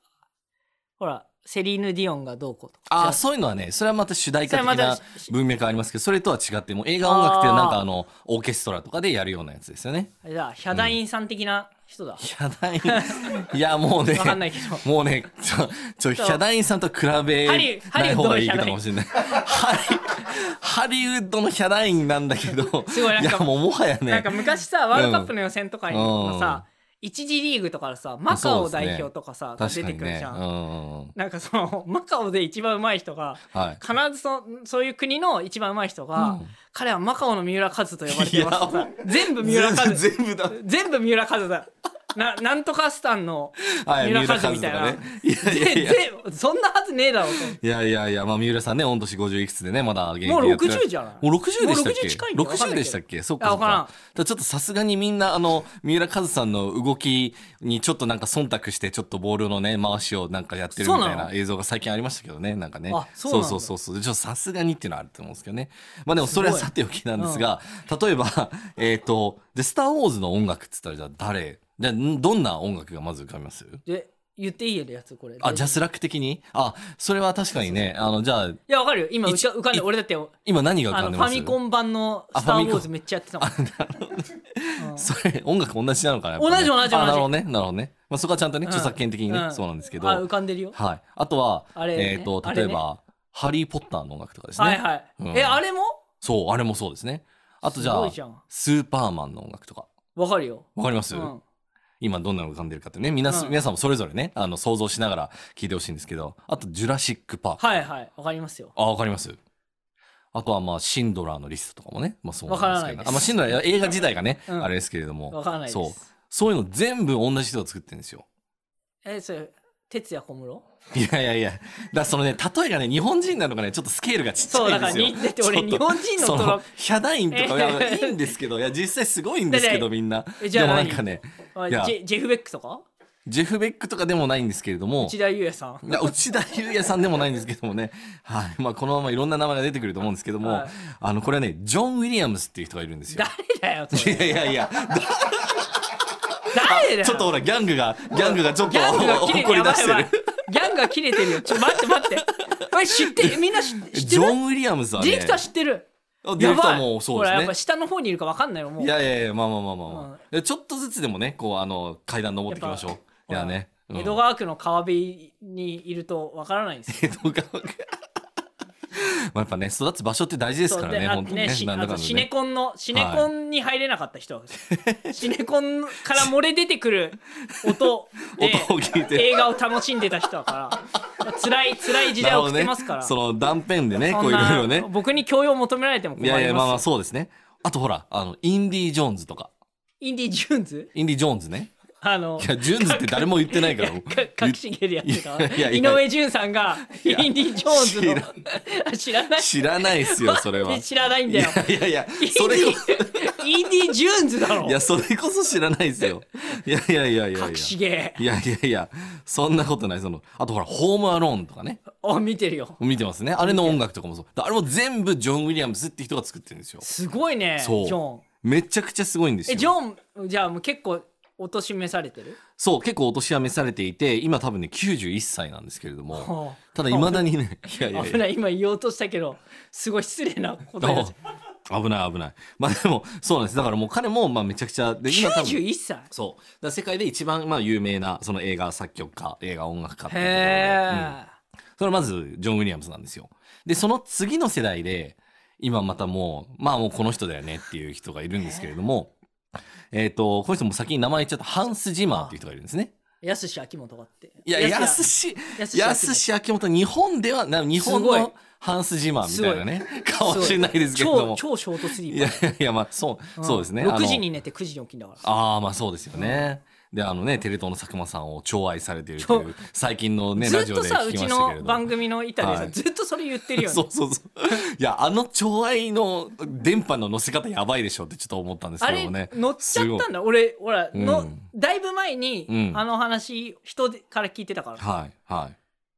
[SPEAKER 3] ほらセリーヌ・ディオンがどうこうとか
[SPEAKER 4] ああ、
[SPEAKER 3] じ
[SPEAKER 4] そういうのはね、それはまた主題
[SPEAKER 3] そ
[SPEAKER 4] 歌的
[SPEAKER 3] れはま
[SPEAKER 4] な
[SPEAKER 3] た
[SPEAKER 4] 文脈ありますけど、それとは違って、もう映画音楽っていうのはなんかあの、オーケストラとかでやるようなやつです よね。
[SPEAKER 3] ゃああれだヒャダインさん的な人だ、
[SPEAKER 4] ヒャダイン、いや、もうね
[SPEAKER 3] わ、かんないけど
[SPEAKER 4] もう ね、ちょ、ちょ、ヒャダインさんと比べ
[SPEAKER 3] ハリ
[SPEAKER 4] ない方がいいかもしれない。ハリ、ハリウッドのヒャダインなんだけど、
[SPEAKER 3] すごいなんか
[SPEAKER 4] や、もうもはやね、
[SPEAKER 3] なんか昔さワールドカップの予選とかに
[SPEAKER 4] うん
[SPEAKER 3] のさ、一次リーグとかでさマカオ代表とかさ、が
[SPEAKER 4] 確
[SPEAKER 3] 出
[SPEAKER 4] か
[SPEAKER 3] て
[SPEAKER 4] に
[SPEAKER 3] くる
[SPEAKER 4] ね
[SPEAKER 3] じ。ゃん、
[SPEAKER 4] うんうん。
[SPEAKER 3] なんかその マカオで一番上手い人が
[SPEAKER 4] はい。
[SPEAKER 3] 必ずそそういう国の一番上手い人が、
[SPEAKER 4] うん
[SPEAKER 3] 彼はマカオの三浦和と呼ばれてますと
[SPEAKER 4] いや
[SPEAKER 3] か全部三浦和
[SPEAKER 4] 全部だ。
[SPEAKER 3] 全部三浦和だななんとかスタンの
[SPEAKER 4] はい、
[SPEAKER 3] 三
[SPEAKER 4] 三
[SPEAKER 3] 浦
[SPEAKER 4] 浦
[SPEAKER 3] 和
[SPEAKER 4] 和
[SPEAKER 3] み
[SPEAKER 4] と
[SPEAKER 3] たい
[SPEAKER 4] か
[SPEAKER 3] な、
[SPEAKER 4] ね。いやいやいや。
[SPEAKER 3] ぜぜそんなはずねえだろうと
[SPEAKER 4] いやいやいや、まあ、三浦さんね、御年50いくつでね、まだ現役
[SPEAKER 3] もう
[SPEAKER 4] やってらっしゃ
[SPEAKER 3] 60じゃない
[SPEAKER 4] もう60でしたっ
[SPEAKER 3] もう
[SPEAKER 4] け
[SPEAKER 3] 60近いんだよわかんないけど
[SPEAKER 4] でしたっけそっ
[SPEAKER 3] あ
[SPEAKER 4] かそ
[SPEAKER 3] わ
[SPEAKER 4] っ
[SPEAKER 3] か
[SPEAKER 4] から
[SPEAKER 3] ん
[SPEAKER 4] だからちょっとさすがにみんな、あの、三浦和さんの動きにちょっとなんか忖度して、ちょっとボールのね、回しをなんかやってるみた
[SPEAKER 3] そう
[SPEAKER 4] い
[SPEAKER 3] な
[SPEAKER 4] な
[SPEAKER 3] の
[SPEAKER 4] 映像が最近ありましたけどね、なんかね
[SPEAKER 3] あ。そうなんだ
[SPEAKER 4] そうそうそうそう。ちょっとさすがにっていうのはあると思うんですけどね。まあでもそれは
[SPEAKER 3] すごい
[SPEAKER 4] さておきなんですが、例えば、 えっと、で、スターウォーズの音楽って言ったらじゃあ誰じゃあんどんな音楽がまず浮かびます
[SPEAKER 3] で言っていいやるやつこれ
[SPEAKER 4] あ、ジャ
[SPEAKER 3] い
[SPEAKER 4] スラック的にあ、それは確かにね、あの、じゃあ、
[SPEAKER 3] やわかるよ今浮
[SPEAKER 4] 一
[SPEAKER 3] か浮かんで
[SPEAKER 4] 一
[SPEAKER 3] 俺だって
[SPEAKER 4] 今何が浮
[SPEAKER 3] あ
[SPEAKER 4] か
[SPEAKER 3] の
[SPEAKER 4] ん
[SPEAKER 3] フ
[SPEAKER 4] でま
[SPEAKER 3] ァ
[SPEAKER 4] す
[SPEAKER 3] ミコン版の「スター・ウォーズ」めっちゃやってたもん、うん
[SPEAKER 4] それ音楽同じなのかなやっぱ
[SPEAKER 3] 同じ同じ同じ
[SPEAKER 4] あなるほどねなるほどね、まあ、そこはちゃんとね
[SPEAKER 3] うん
[SPEAKER 4] 著作権的にね、
[SPEAKER 3] うん
[SPEAKER 4] そうなんですけど、
[SPEAKER 3] あ浮かんでるよ、
[SPEAKER 4] はい、あとは
[SPEAKER 3] あれね
[SPEAKER 4] えっ、と
[SPEAKER 3] あれ
[SPEAKER 4] 例え
[SPEAKER 3] ね
[SPEAKER 4] ば、ハリー・ポッター」の音楽とかですね、
[SPEAKER 3] はいはい、
[SPEAKER 4] うん
[SPEAKER 3] えあれも
[SPEAKER 4] そうあれもそうですねあとじ
[SPEAKER 3] す
[SPEAKER 4] ゃ
[SPEAKER 3] ご
[SPEAKER 4] あ
[SPEAKER 3] いじゃん
[SPEAKER 4] スーパーマン」の音楽とか
[SPEAKER 3] わかるよ、
[SPEAKER 4] わかります、
[SPEAKER 3] うん
[SPEAKER 4] 今どんなのが浮かんでるかってねみな、
[SPEAKER 3] うん
[SPEAKER 4] 皆さんもそれぞれねあの想像しながら聞いてほしいんですけどあと「ジュラシック・パーク」
[SPEAKER 3] はいはいわかりますよ
[SPEAKER 4] あわかりますあとはまあシンドラーのリストとかもね、まあ、そうなんですけ
[SPEAKER 3] わからないで
[SPEAKER 4] ど、ね、
[SPEAKER 3] す
[SPEAKER 4] あまあシンドラー映画自体がね、
[SPEAKER 3] うん
[SPEAKER 4] あれですけれども
[SPEAKER 3] わからないです
[SPEAKER 4] そうそういうの全部同じ人が作ってるんですよ。
[SPEAKER 3] えそれ哲也小室
[SPEAKER 4] いやいやいや、だからそのね、例えがね、日本人なのがね、ちょっとスケールがちっち
[SPEAKER 3] そ
[SPEAKER 4] ゃ
[SPEAKER 3] う
[SPEAKER 4] い
[SPEAKER 3] だ
[SPEAKER 4] ん
[SPEAKER 3] から
[SPEAKER 4] ですよ。
[SPEAKER 3] 日って俺日本人の
[SPEAKER 4] そ
[SPEAKER 3] ト
[SPEAKER 4] の
[SPEAKER 3] ラ
[SPEAKER 4] ヒャダインと かいや
[SPEAKER 3] え
[SPEAKER 4] いいんですけど、いや、実際すごいんですけ
[SPEAKER 3] だ
[SPEAKER 4] ど、
[SPEAKER 3] って
[SPEAKER 4] みんな。
[SPEAKER 3] えじゃ
[SPEAKER 4] で
[SPEAKER 3] あ
[SPEAKER 4] もな
[SPEAKER 3] 何
[SPEAKER 4] んかね、
[SPEAKER 3] あ
[SPEAKER 4] いや
[SPEAKER 3] ジェジェフ・ベックとか
[SPEAKER 4] ジェフ・ベックとかでもないんですけれども、
[SPEAKER 3] 内田裕也さん
[SPEAKER 4] いや内田裕也さんでもないんですけどもね、はい。まあ、このままいろんな名前が出てくると思うんですけども、
[SPEAKER 3] はい
[SPEAKER 4] あの、これはね、ジョン・ウィリアムスっていう人がいるんですよ
[SPEAKER 3] 誰。だよそ
[SPEAKER 4] い
[SPEAKER 3] れ
[SPEAKER 4] やいやいや、
[SPEAKER 3] 誰だよ
[SPEAKER 4] ちょっとほら、ギャングが、ギャングがちょっと
[SPEAKER 3] ギャングが切れて
[SPEAKER 4] 怒
[SPEAKER 3] るや
[SPEAKER 4] り
[SPEAKER 3] ばい
[SPEAKER 4] 出して
[SPEAKER 3] やば
[SPEAKER 4] る
[SPEAKER 3] い。ギャングが切れてるよちょ待って待ってこれ知ってみんな知知って
[SPEAKER 4] ジョ
[SPEAKER 3] る
[SPEAKER 4] ン・ウィリアムスはね、
[SPEAKER 3] ディレクター知ってる
[SPEAKER 4] あデ
[SPEAKER 3] や
[SPEAKER 4] ィレクタ
[SPEAKER 3] ば
[SPEAKER 4] ー
[SPEAKER 3] い
[SPEAKER 4] もそ
[SPEAKER 3] ほ
[SPEAKER 4] うで
[SPEAKER 3] ら
[SPEAKER 4] す
[SPEAKER 3] やっ
[SPEAKER 4] ね
[SPEAKER 3] ぱ。下の方にいるから分かんないよもう
[SPEAKER 4] いやいやいや、まあまあまあまあ、まあ
[SPEAKER 3] うん
[SPEAKER 4] でちょっとずつでもね、こう、あの、階段登っていきましょう。い
[SPEAKER 3] やっぱ
[SPEAKER 4] やね。うん
[SPEAKER 3] 江戸川区の川辺にいると分からないんですよ
[SPEAKER 4] 江戸川区まあやっぱね、育つ場所って大 事ですからね、
[SPEAKER 3] そう
[SPEAKER 4] 本
[SPEAKER 3] で
[SPEAKER 4] 当に
[SPEAKER 3] あ
[SPEAKER 4] ね。
[SPEAKER 3] し
[SPEAKER 4] なんだ
[SPEAKER 3] あ
[SPEAKER 4] か
[SPEAKER 3] と
[SPEAKER 4] んだ
[SPEAKER 3] シ
[SPEAKER 4] で
[SPEAKER 3] ネ
[SPEAKER 4] ね。
[SPEAKER 3] コンの、シネコンに入れなかった人は、 シネコンから漏れ出てくる音で
[SPEAKER 4] 音を聞いて
[SPEAKER 3] 映画を楽しんでた人だから 辛い辛い時代を送ってますから、
[SPEAKER 4] なるほどねその断片でね、
[SPEAKER 3] そ
[SPEAKER 4] こ
[SPEAKER 3] ん
[SPEAKER 4] うい
[SPEAKER 3] な
[SPEAKER 4] ろいろね。
[SPEAKER 3] 僕に教養を求められても困
[SPEAKER 4] い
[SPEAKER 3] りま
[SPEAKER 4] や
[SPEAKER 3] す
[SPEAKER 4] いや、まあまあそうですね。あとほら、あの、インディ・ジョーンズとか。
[SPEAKER 3] インディ・ジューンズ
[SPEAKER 4] インディ・ジョーンズね。
[SPEAKER 3] あの
[SPEAKER 4] いや、ジューンズって誰も言ってないから。
[SPEAKER 3] か隠し芸でやってた
[SPEAKER 4] いやいやい
[SPEAKER 3] 井
[SPEAKER 4] や
[SPEAKER 3] 上潤さんがインディ・ジョーンズの
[SPEAKER 4] いや
[SPEAKER 3] 知らない
[SPEAKER 4] 知らないっ すよ、それは。
[SPEAKER 3] 知らないん
[SPEAKER 4] い
[SPEAKER 3] だよ
[SPEAKER 4] やいやいや
[SPEAKER 3] イン、
[SPEAKER 4] それこ、
[SPEAKER 3] ディインディ・ジューンズだろ
[SPEAKER 4] いや、それこそ知らないっすよ。いやいやいやいやいや。
[SPEAKER 3] 隠し芸
[SPEAKER 4] いやいやいや、そんなことない。その、あとほら、ホームアローンとかね、
[SPEAKER 3] あ見てるよ
[SPEAKER 4] 見てますね。あれの音楽とかもそう。だあれも全部ジョン・ウィリアムスって人が作ってるんですよ。
[SPEAKER 3] すごいねジ
[SPEAKER 4] そう
[SPEAKER 3] ョン
[SPEAKER 4] めちゃくちゃすごいんです
[SPEAKER 3] え
[SPEAKER 4] よ。
[SPEAKER 3] ジョンじゃあもう結構おとしめされてる
[SPEAKER 4] そう、結構お年はめされていて、今多分ね、91歳なんですけれども、
[SPEAKER 3] は
[SPEAKER 4] ただ未だにね、いやい
[SPEAKER 3] あ
[SPEAKER 4] やい
[SPEAKER 3] 危
[SPEAKER 4] や。
[SPEAKER 3] ない今言おうとしたけどすごい失礼なこと
[SPEAKER 4] ど
[SPEAKER 3] や
[SPEAKER 4] う 危ない危ない。まあでも、そうなんです。だからもう彼も、まあめちゃくちゃ、で、今多分。
[SPEAKER 3] 91歳
[SPEAKER 4] そう。だから世界で一番、まあ、有名な、その映画作曲家、映画音楽家っていうところで、うん
[SPEAKER 3] へ
[SPEAKER 4] それはまず、ジョン・ウィリアムスなんですよ。で、その次の世代で、今またもう、まあもうこの人だよねっていう人がいるんですけれども、えっ、と、この人も先に名前言っちゃった、ハンス・ジマーっていう人がいるんですね。
[SPEAKER 3] えやすし秋元があって
[SPEAKER 4] いや、
[SPEAKER 3] や
[SPEAKER 4] や
[SPEAKER 3] す
[SPEAKER 4] す
[SPEAKER 3] し
[SPEAKER 4] し、
[SPEAKER 3] やすし
[SPEAKER 4] やすし秋元、日本では、な日本
[SPEAKER 3] すごい
[SPEAKER 4] のハンス・ジマーみたいなね、かもしれないですけれども。
[SPEAKER 3] 超超ショートスリ
[SPEAKER 4] い
[SPEAKER 3] ーパ
[SPEAKER 4] やい
[SPEAKER 3] ー
[SPEAKER 4] やいや、まあ、そう、
[SPEAKER 3] ん
[SPEAKER 4] そうですね。あ
[SPEAKER 3] 6
[SPEAKER 4] の
[SPEAKER 3] 時に寝て9時に起きんだから
[SPEAKER 4] ああまあそうですよね。であのねテレ東の佐久間さんを超愛されているという最近のね
[SPEAKER 3] ず
[SPEAKER 4] ラ
[SPEAKER 3] っ
[SPEAKER 4] ジオ
[SPEAKER 3] と
[SPEAKER 4] で
[SPEAKER 3] さう
[SPEAKER 4] 聞き
[SPEAKER 3] ち
[SPEAKER 4] ましたけ
[SPEAKER 3] の
[SPEAKER 4] れど
[SPEAKER 3] 番
[SPEAKER 4] も。
[SPEAKER 3] 組の板でさ
[SPEAKER 4] はい
[SPEAKER 3] ずっとそれ言ってるよ
[SPEAKER 4] そう
[SPEAKER 3] ね
[SPEAKER 4] そうそういやあの超愛の電波の乗せ方やばいでしょってちょっと思ったんです
[SPEAKER 3] あ
[SPEAKER 4] けど
[SPEAKER 3] れ
[SPEAKER 4] もね
[SPEAKER 3] 乗っちゃったん
[SPEAKER 4] だ
[SPEAKER 3] だ俺ほら
[SPEAKER 4] うん
[SPEAKER 3] のだいぶ前に
[SPEAKER 4] うん
[SPEAKER 3] あの話人から聞いてたから
[SPEAKER 4] はいはい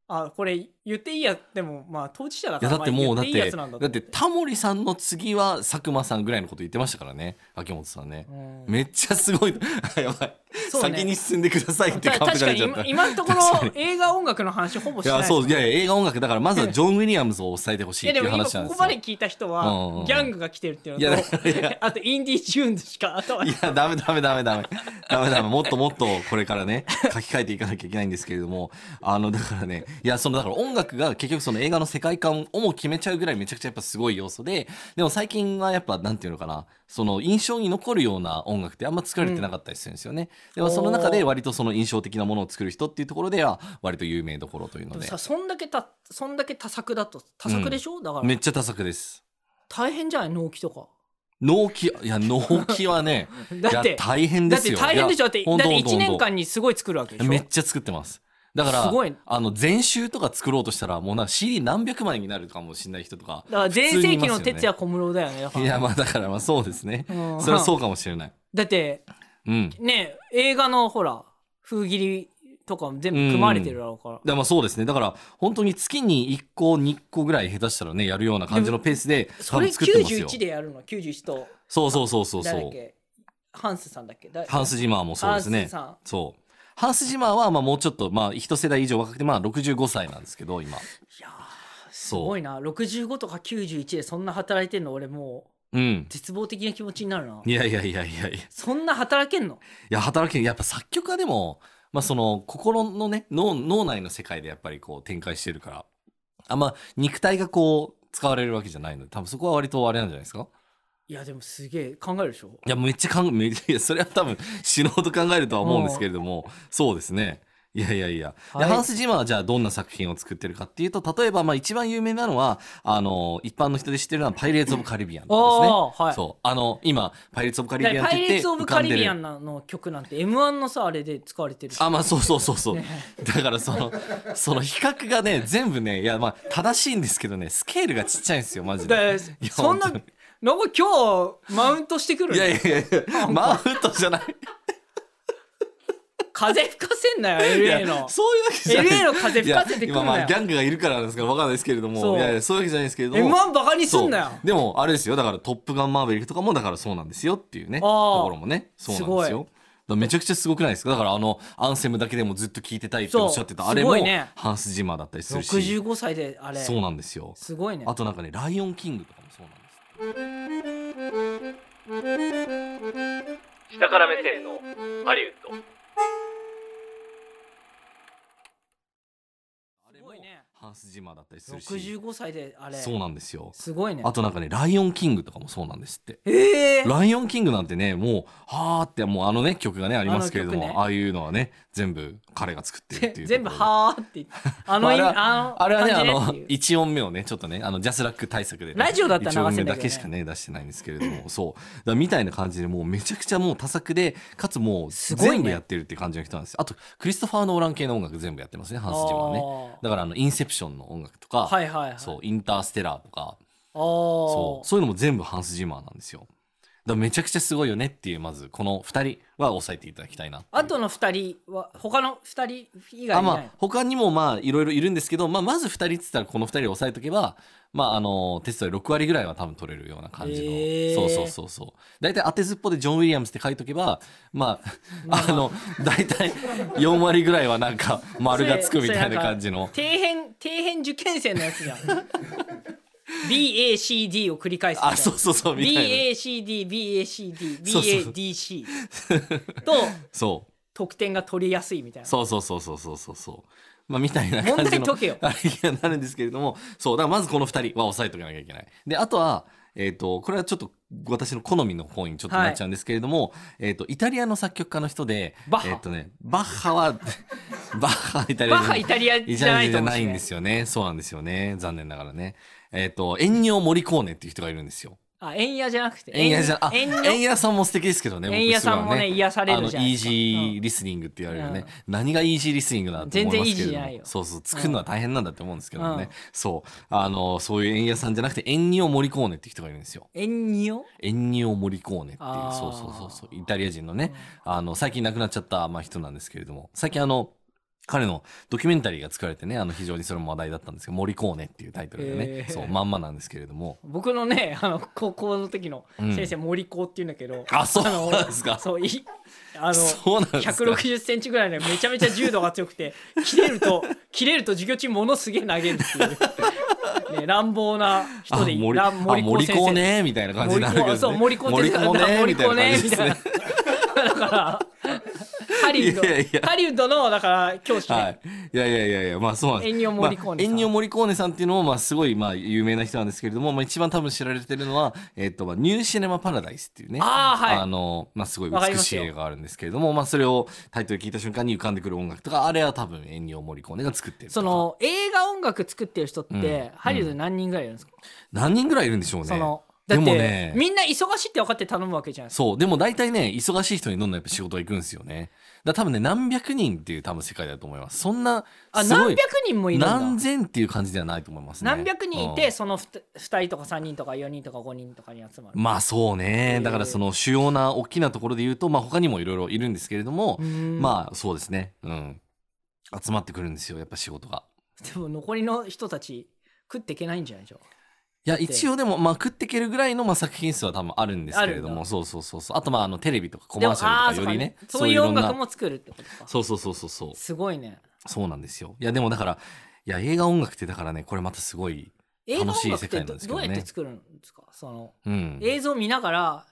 [SPEAKER 3] あこれ言っていいやでもまあ当事者だ
[SPEAKER 4] い
[SPEAKER 3] か
[SPEAKER 4] や
[SPEAKER 3] ら
[SPEAKER 4] だってもう
[SPEAKER 3] ま
[SPEAKER 4] だ
[SPEAKER 3] あ
[SPEAKER 4] っ
[SPEAKER 3] 言いいや
[SPEAKER 4] て
[SPEAKER 3] つなんだ
[SPEAKER 4] だってタモリさんの次は佐久間さんぐらいのこと言ってましたからね秋元さんね、
[SPEAKER 3] うん
[SPEAKER 4] めっちゃすごい あやばい、
[SPEAKER 3] そうね
[SPEAKER 4] 先に進んでくださいって
[SPEAKER 3] た
[SPEAKER 4] カン
[SPEAKER 3] 確
[SPEAKER 4] ペ
[SPEAKER 3] か
[SPEAKER 4] が出
[SPEAKER 3] に
[SPEAKER 4] ちゃった
[SPEAKER 3] 今
[SPEAKER 4] い
[SPEAKER 3] 今のとこ
[SPEAKER 4] 確か
[SPEAKER 3] ろ
[SPEAKER 4] に
[SPEAKER 3] 映画音楽の話ほぼしない
[SPEAKER 4] やそうい
[SPEAKER 3] い
[SPEAKER 4] やいや映画音楽だからまずはジョン・ウィリアムズを抑えてほしい
[SPEAKER 3] や
[SPEAKER 4] って
[SPEAKER 3] で
[SPEAKER 4] い
[SPEAKER 3] も
[SPEAKER 4] う
[SPEAKER 3] 今
[SPEAKER 4] 話なん
[SPEAKER 3] ここ
[SPEAKER 4] です
[SPEAKER 3] ま
[SPEAKER 4] よ
[SPEAKER 3] で聞いた人
[SPEAKER 4] うんうんう
[SPEAKER 3] は
[SPEAKER 4] ん
[SPEAKER 3] ギャングが来てるっていう
[SPEAKER 4] いやだ
[SPEAKER 3] の
[SPEAKER 4] からいや
[SPEAKER 3] とあとインディ・ジューンズしか頭に
[SPEAKER 4] いや、ダメダメダメダメ。ダメダメ。もっともっとこれからね、書き換えていかなきゃいけないんですけれども、あの、だからね、いや、その、だから音楽が結局その映画の世界観をも決めちゃうぐらいめちゃくちゃやっぱすごい要素で、でも最近はやっぱ、なんていうのかな、その印象に残るような音楽ってあんま作られてなかったりするんですよね。でもその中で割とその印象的なものを作る人っていうところでは、割と有名どころというの
[SPEAKER 3] でも
[SPEAKER 4] で
[SPEAKER 3] さ、そんだけたそんだけ多作だと多作でしょ、だか
[SPEAKER 4] め
[SPEAKER 3] ら
[SPEAKER 4] っちゃ多作です。
[SPEAKER 3] 大変じゃない納期とか
[SPEAKER 4] 納期、いや、納期はね、い
[SPEAKER 3] だ
[SPEAKER 4] や
[SPEAKER 3] って
[SPEAKER 4] 大変で
[SPEAKER 3] だっ
[SPEAKER 4] す
[SPEAKER 3] て
[SPEAKER 4] よ。
[SPEAKER 3] 大変でしょだっ
[SPEAKER 4] い
[SPEAKER 3] て
[SPEAKER 4] や
[SPEAKER 3] だ
[SPEAKER 4] ほん
[SPEAKER 3] っ
[SPEAKER 4] と
[SPEAKER 3] て
[SPEAKER 4] ほ
[SPEAKER 3] 1
[SPEAKER 4] んとほんと
[SPEAKER 3] 年間にすごい作るわけでしょ
[SPEAKER 4] めっちゃ作ってますだから
[SPEAKER 3] すごい
[SPEAKER 4] あの全集とか作ろうとしたらもうなんか CD 何百枚になるかもしれない人 とか
[SPEAKER 3] だから全盛期の
[SPEAKER 4] 普通にいます
[SPEAKER 3] 哲
[SPEAKER 4] よ
[SPEAKER 3] 也小室だよねだか
[SPEAKER 4] ね
[SPEAKER 3] ら
[SPEAKER 4] いやまあだからまあそうで すね
[SPEAKER 3] うん
[SPEAKER 4] それはそうかもしれない
[SPEAKER 3] だって
[SPEAKER 4] うん
[SPEAKER 3] ね映画のほら封切りとかも全部組まれてるだろうから、
[SPEAKER 4] だからまあそうですねだから本当に月に1個2個ぐらい下手したらねやるような感じのペースで
[SPEAKER 3] そ
[SPEAKER 4] 多
[SPEAKER 3] れ
[SPEAKER 4] 分作ってますよ
[SPEAKER 3] 91でやるの91と
[SPEAKER 4] そうそうそうそうそ
[SPEAKER 3] 誰だっ
[SPEAKER 4] う
[SPEAKER 3] けハンスさんだっけだ
[SPEAKER 4] ハンス・ジマーもそうです
[SPEAKER 3] ハン
[SPEAKER 4] ね
[SPEAKER 3] スさん
[SPEAKER 4] そうハンス・ジマーはまあもうちょっとまあ一世代以上若くてまあ65歳なんですけど今
[SPEAKER 3] いやーす
[SPEAKER 4] そう
[SPEAKER 3] ごいな65とか91でそんな働いてんの俺もう
[SPEAKER 4] うん
[SPEAKER 3] 絶望的な気持ちになるない
[SPEAKER 4] やいやいやいやいや
[SPEAKER 3] そんな働けんの
[SPEAKER 4] いや働きやっぱ作曲家でも、まあ、その心のね脳脳内の世界でやっぱりこう展開してるからあんま肉体がこう使われるわけじゃないので多分そこは割とあれなんじゃないですか
[SPEAKER 3] いやでもすげえ考えるでしょ
[SPEAKER 4] いやめっちゃ考えめっちゃいやそれは多分死ぬほど考えるとは思うんですけれどもそうですねいやいやいや、で
[SPEAKER 3] はい
[SPEAKER 4] ハンス・ジマーはじゃあどんな作品を作ってるかっていうと例えばまあ一番有名なのはあの一般の人で知ってるのは「パイレーツ・オブ・カリビアン」ですね。
[SPEAKER 3] あーはい
[SPEAKER 4] そうあの今「パイレーツ・オブ・カリビ
[SPEAKER 3] だ
[SPEAKER 4] ア
[SPEAKER 3] か
[SPEAKER 4] ン」
[SPEAKER 3] ら
[SPEAKER 4] って
[SPEAKER 3] パイ
[SPEAKER 4] 言っ
[SPEAKER 3] レ
[SPEAKER 4] て
[SPEAKER 3] ーツ・オブ・
[SPEAKER 4] 浮か
[SPEAKER 3] カ
[SPEAKER 4] ん
[SPEAKER 3] リ
[SPEAKER 4] で
[SPEAKER 3] ビ
[SPEAKER 4] る
[SPEAKER 3] アンの曲なんて M1 のさあれで使われてるし
[SPEAKER 4] あまあそうそうそうそう、
[SPEAKER 3] ね
[SPEAKER 4] だからそのその比較がね全部ねいやまあ正しいんですけどねスケールがちっちゃいんですよマジで
[SPEAKER 3] で
[SPEAKER 4] いや
[SPEAKER 3] そんな
[SPEAKER 4] 本当に
[SPEAKER 3] なんか今日マウントしてくる
[SPEAKER 4] いやい
[SPEAKER 3] ね
[SPEAKER 4] やいやマウントじゃない
[SPEAKER 3] 風吹かせんなよ
[SPEAKER 4] い
[SPEAKER 3] LA
[SPEAKER 4] や
[SPEAKER 3] の
[SPEAKER 4] そういうわけじゃない
[SPEAKER 3] LA の風吹かせてくんなよ
[SPEAKER 4] いや今まあギャングがいるからなんですからわかんないですけれど
[SPEAKER 3] そ
[SPEAKER 4] も
[SPEAKER 3] う
[SPEAKER 4] いやいやそういうわけじゃないですけれども
[SPEAKER 3] M1 バカにす
[SPEAKER 4] そ
[SPEAKER 3] ん
[SPEAKER 4] う
[SPEAKER 3] なよ
[SPEAKER 4] でもあれですよだから「トップガンマーヴェリック」とかもだからそうなんですよっていうねと
[SPEAKER 3] あー
[SPEAKER 4] ころもねそうなんです
[SPEAKER 3] す
[SPEAKER 4] よ
[SPEAKER 3] ごい
[SPEAKER 4] だからめちゃくちゃすごくないですかだからあのアンセムだけでもずっと聞いてたいっておっしゃってた
[SPEAKER 3] そう
[SPEAKER 4] あれ
[SPEAKER 3] す
[SPEAKER 4] も、
[SPEAKER 3] ごいね
[SPEAKER 4] ハンス・ジマーだったりするし
[SPEAKER 3] 65歳であれ
[SPEAKER 4] そうなんですよ
[SPEAKER 3] すごいね
[SPEAKER 4] あとなんかね「ライオンキング」とかもそうなんです
[SPEAKER 1] 下から目線のハリウッド
[SPEAKER 4] あ
[SPEAKER 3] すごいね
[SPEAKER 4] ハンスジマーだったりするし
[SPEAKER 3] 65歳であれ
[SPEAKER 4] そうなんですよ
[SPEAKER 3] すごいね
[SPEAKER 4] あとなんかね「ライオンキング」とかもそうなんですって
[SPEAKER 3] ええ
[SPEAKER 4] 「ライオンキング」なんてねもう「はー」ってもうあのね曲がねありますけれどもあ,、
[SPEAKER 3] あの曲ね
[SPEAKER 4] あいうのはね全部彼が作ってるっていう
[SPEAKER 3] 全部「
[SPEAKER 4] ところで
[SPEAKER 3] はーって言ってあの
[SPEAKER 4] あ
[SPEAKER 3] い
[SPEAKER 4] れは
[SPEAKER 3] あの
[SPEAKER 4] あれはねあ
[SPEAKER 3] 感じ
[SPEAKER 4] の
[SPEAKER 3] ねっていう
[SPEAKER 4] 1音目をねちょっとねあのジャスラック対策でね、
[SPEAKER 3] ラジオだったら流
[SPEAKER 4] 1音
[SPEAKER 3] せ
[SPEAKER 4] 目
[SPEAKER 3] んだ
[SPEAKER 4] だ
[SPEAKER 3] けどね
[SPEAKER 4] けしかね出してないんですけれどもそうだからみたいな感じでもうめちゃくちゃもう多作でかつもう
[SPEAKER 3] すごいね
[SPEAKER 4] 全部やってるって感じの人なんですよあとクリストファー・ノーラン系の音楽全部やってますねハンス・ジマーはね
[SPEAKER 3] あー
[SPEAKER 4] だからあのインセプションの音楽とか、
[SPEAKER 3] はいはいはい
[SPEAKER 4] そうインターステラーとか
[SPEAKER 3] あー
[SPEAKER 4] そうそういうのも全部ハンス・ジマーなんですよだからめちゃくちゃすごいよねっていうまずこの2人は押さえていただきたいなっていう
[SPEAKER 3] あとの2人は他の2人以外
[SPEAKER 4] あ
[SPEAKER 3] い
[SPEAKER 4] ま
[SPEAKER 3] ない
[SPEAKER 4] あ他にもまあいろいろいるんですけど、まあ、まず2人っつったらこの2人を押さえとけばまああのテストで6割ぐらいは多分取れるような感じの、
[SPEAKER 3] へー
[SPEAKER 4] そうそうそうそう大体当てずっぽでジョン・ウィリアムスって書いとけばまああの大体4割ぐらいはなんか丸がつくみたいな感じ の
[SPEAKER 3] それそれなんか底辺底辺受験生のやつ じゃん BACD を繰り返すみたいな
[SPEAKER 4] あそうそうそうみたいな
[SPEAKER 3] BACDBACDBADC と
[SPEAKER 4] そう
[SPEAKER 3] 得点が取りやすいみたいな
[SPEAKER 4] そうそうそうそうそうそうそう。まあ、みたいな
[SPEAKER 3] 問
[SPEAKER 4] 感じ
[SPEAKER 3] 題
[SPEAKER 4] の
[SPEAKER 3] 解けよ
[SPEAKER 4] あれにはなるんですけれども、そう、だからまずこの2人は押さえとかなきゃいけない。で、あとは、えっ、と、これはちょっと私の好みの方にちょっとなっちゃうんですけれども、えっ、と、イタリアの作曲家の人で、
[SPEAKER 3] バッハ
[SPEAKER 4] えっ、とね、バッハは、 バッハはイタリア
[SPEAKER 3] バッ
[SPEAKER 4] 人
[SPEAKER 3] ハイタリア
[SPEAKER 4] イ
[SPEAKER 3] じ
[SPEAKER 4] タ
[SPEAKER 3] ゃな
[SPEAKER 4] リア
[SPEAKER 3] い
[SPEAKER 4] 人じ
[SPEAKER 3] と
[SPEAKER 4] ゃ
[SPEAKER 3] 思う
[SPEAKER 4] ないんですよね。そうなんですよね。残念ながらね。えっ、と、エンニオ・モリコーネっていう人がいるんですよ。
[SPEAKER 3] あ円屋じゃなくて
[SPEAKER 4] 円谷じゃ、あ、
[SPEAKER 3] 円
[SPEAKER 4] 円谷さんも素敵ですけどね。僕
[SPEAKER 3] 円谷さんもね
[SPEAKER 4] すごい
[SPEAKER 3] 癒されるじゃ
[SPEAKER 4] あ
[SPEAKER 3] な
[SPEAKER 4] の、
[SPEAKER 3] いで
[SPEAKER 4] イー
[SPEAKER 3] すか
[SPEAKER 4] ジーリスニングって言われるね。何がイージーリスニングだと思いますけれども
[SPEAKER 3] 全然イージーじゃないよ
[SPEAKER 4] そうそう、作るのは大変なんだって思うんですけどね。
[SPEAKER 3] うん
[SPEAKER 4] そう。あの、そういう円谷さんじゃなくて、円ニオ・モリコーネって人がいるんですよ。
[SPEAKER 3] 円によ
[SPEAKER 4] エンニオ・モリコーネっていう
[SPEAKER 3] あー
[SPEAKER 4] そうそうそうそうイタリア人のね、あの最近亡くなっちゃった、まあ、人なんですけれども最近あの彼のドキュメンタリーが作られてねあの非常にそれも話題だったんですけど「モリコーネ」っていうタイトルでね
[SPEAKER 3] へー
[SPEAKER 4] そうまんまなんですけれど も
[SPEAKER 3] 僕のねあの高校の時の
[SPEAKER 4] うん
[SPEAKER 3] 先生、森高っていうんだけど
[SPEAKER 4] あそうなんですか
[SPEAKER 3] そういあの
[SPEAKER 4] そうなんですか
[SPEAKER 3] 160センチぐらいのめちゃめちゃ柔道が強くて切れると切れると授業中ものすげえ投げるっていう、 ね、乱暴な人でい
[SPEAKER 4] あ
[SPEAKER 3] い
[SPEAKER 4] 森
[SPEAKER 3] ら
[SPEAKER 4] あ
[SPEAKER 3] 森高
[SPEAKER 4] 森
[SPEAKER 3] 先
[SPEAKER 4] 子
[SPEAKER 3] 生
[SPEAKER 4] ねみたいな感じになるけど、ね、
[SPEAKER 3] そう森子って
[SPEAKER 4] 森子ねみ
[SPEAKER 3] 森
[SPEAKER 4] たい
[SPEAKER 3] 子
[SPEAKER 4] な感
[SPEAKER 3] ね
[SPEAKER 4] じ
[SPEAKER 3] み
[SPEAKER 4] です
[SPEAKER 3] たいな
[SPEAKER 4] ね。
[SPEAKER 3] だからハリウッド
[SPEAKER 4] いやいや
[SPEAKER 3] ハリウッドのだから教師ね、
[SPEAKER 4] はい、いやいやいやいやまあそうなんです
[SPEAKER 3] エンニオモリコーネさん
[SPEAKER 4] まあ、エンニオモリコーネさんっていうのもまあすごいまあ有名な人なんですけれども、まあ、一番多分知られてるのは、えっとまあ、ニューシネマ・パラダイスっていうね
[SPEAKER 3] あーはい
[SPEAKER 4] の、まあ、すごい
[SPEAKER 3] わかり
[SPEAKER 4] 美
[SPEAKER 3] ま
[SPEAKER 4] し
[SPEAKER 3] す
[SPEAKER 4] い
[SPEAKER 3] よ
[SPEAKER 4] 映画があるんですけれどもま、あ、それをタイトル聞いた瞬間に浮かんでくる音楽とかあれは多分エンニオモリコーネが作ってるとか
[SPEAKER 3] その映画音楽作ってる人って、
[SPEAKER 4] うん
[SPEAKER 3] ハリウッド何人ぐらいいるんですか、
[SPEAKER 4] 何人ぐらいいるんでしょうね
[SPEAKER 3] そのだ
[SPEAKER 4] で
[SPEAKER 3] って
[SPEAKER 4] もね
[SPEAKER 3] みんな忙しいって分かって頼むわけじゃないですか
[SPEAKER 4] そうでも大体ね忙しい人にどんどんやっぱ仕事が行くんですよねだから多分ね何百人っていう多分世界だと思いますそんな
[SPEAKER 3] あ
[SPEAKER 4] すご
[SPEAKER 3] 何
[SPEAKER 4] い
[SPEAKER 3] 百人もいるんだ
[SPEAKER 4] 何千っていう感じではないと思いますね
[SPEAKER 3] 何百人い
[SPEAKER 4] うん
[SPEAKER 3] てその 2, 人とか3人とか4人とか5人とかに集まる、
[SPEAKER 4] まあそう
[SPEAKER 3] え
[SPEAKER 4] ね
[SPEAKER 3] ー
[SPEAKER 4] だからその主要な大きなところで言うと、まあ、他にもいろいろいるんですけれども、
[SPEAKER 3] まあ
[SPEAKER 4] まあそうですねうん集まってくるんですよやっぱ仕事が。
[SPEAKER 3] でも残りの人たち食っていけないんじゃないでしょう
[SPEAKER 4] いや一応でもまあ食っていけるぐらいのまあ作品数は多分あるんですけれ
[SPEAKER 3] あ
[SPEAKER 4] ど
[SPEAKER 3] るん
[SPEAKER 4] も
[SPEAKER 3] だ
[SPEAKER 4] そうそうそうそうあとまああのテレビとかコ
[SPEAKER 3] で
[SPEAKER 4] マ
[SPEAKER 3] も
[SPEAKER 4] ーシャルと
[SPEAKER 3] あー
[SPEAKER 4] かよりね
[SPEAKER 3] そうかそういう音
[SPEAKER 4] ろ
[SPEAKER 3] 楽
[SPEAKER 4] んな
[SPEAKER 3] も作るってことか
[SPEAKER 4] そうそうそうそうそう
[SPEAKER 3] すごいね
[SPEAKER 4] そうなんですよいやでもだからいや映画音楽ってだからねこれまたすごい
[SPEAKER 3] 映画音
[SPEAKER 4] 楽しい
[SPEAKER 3] 楽っ
[SPEAKER 4] 世界
[SPEAKER 3] て
[SPEAKER 4] なん
[SPEAKER 3] ど
[SPEAKER 4] ですけど
[SPEAKER 3] どう
[SPEAKER 4] ね
[SPEAKER 3] やって作るんですかその
[SPEAKER 4] うん
[SPEAKER 3] 映像見ながら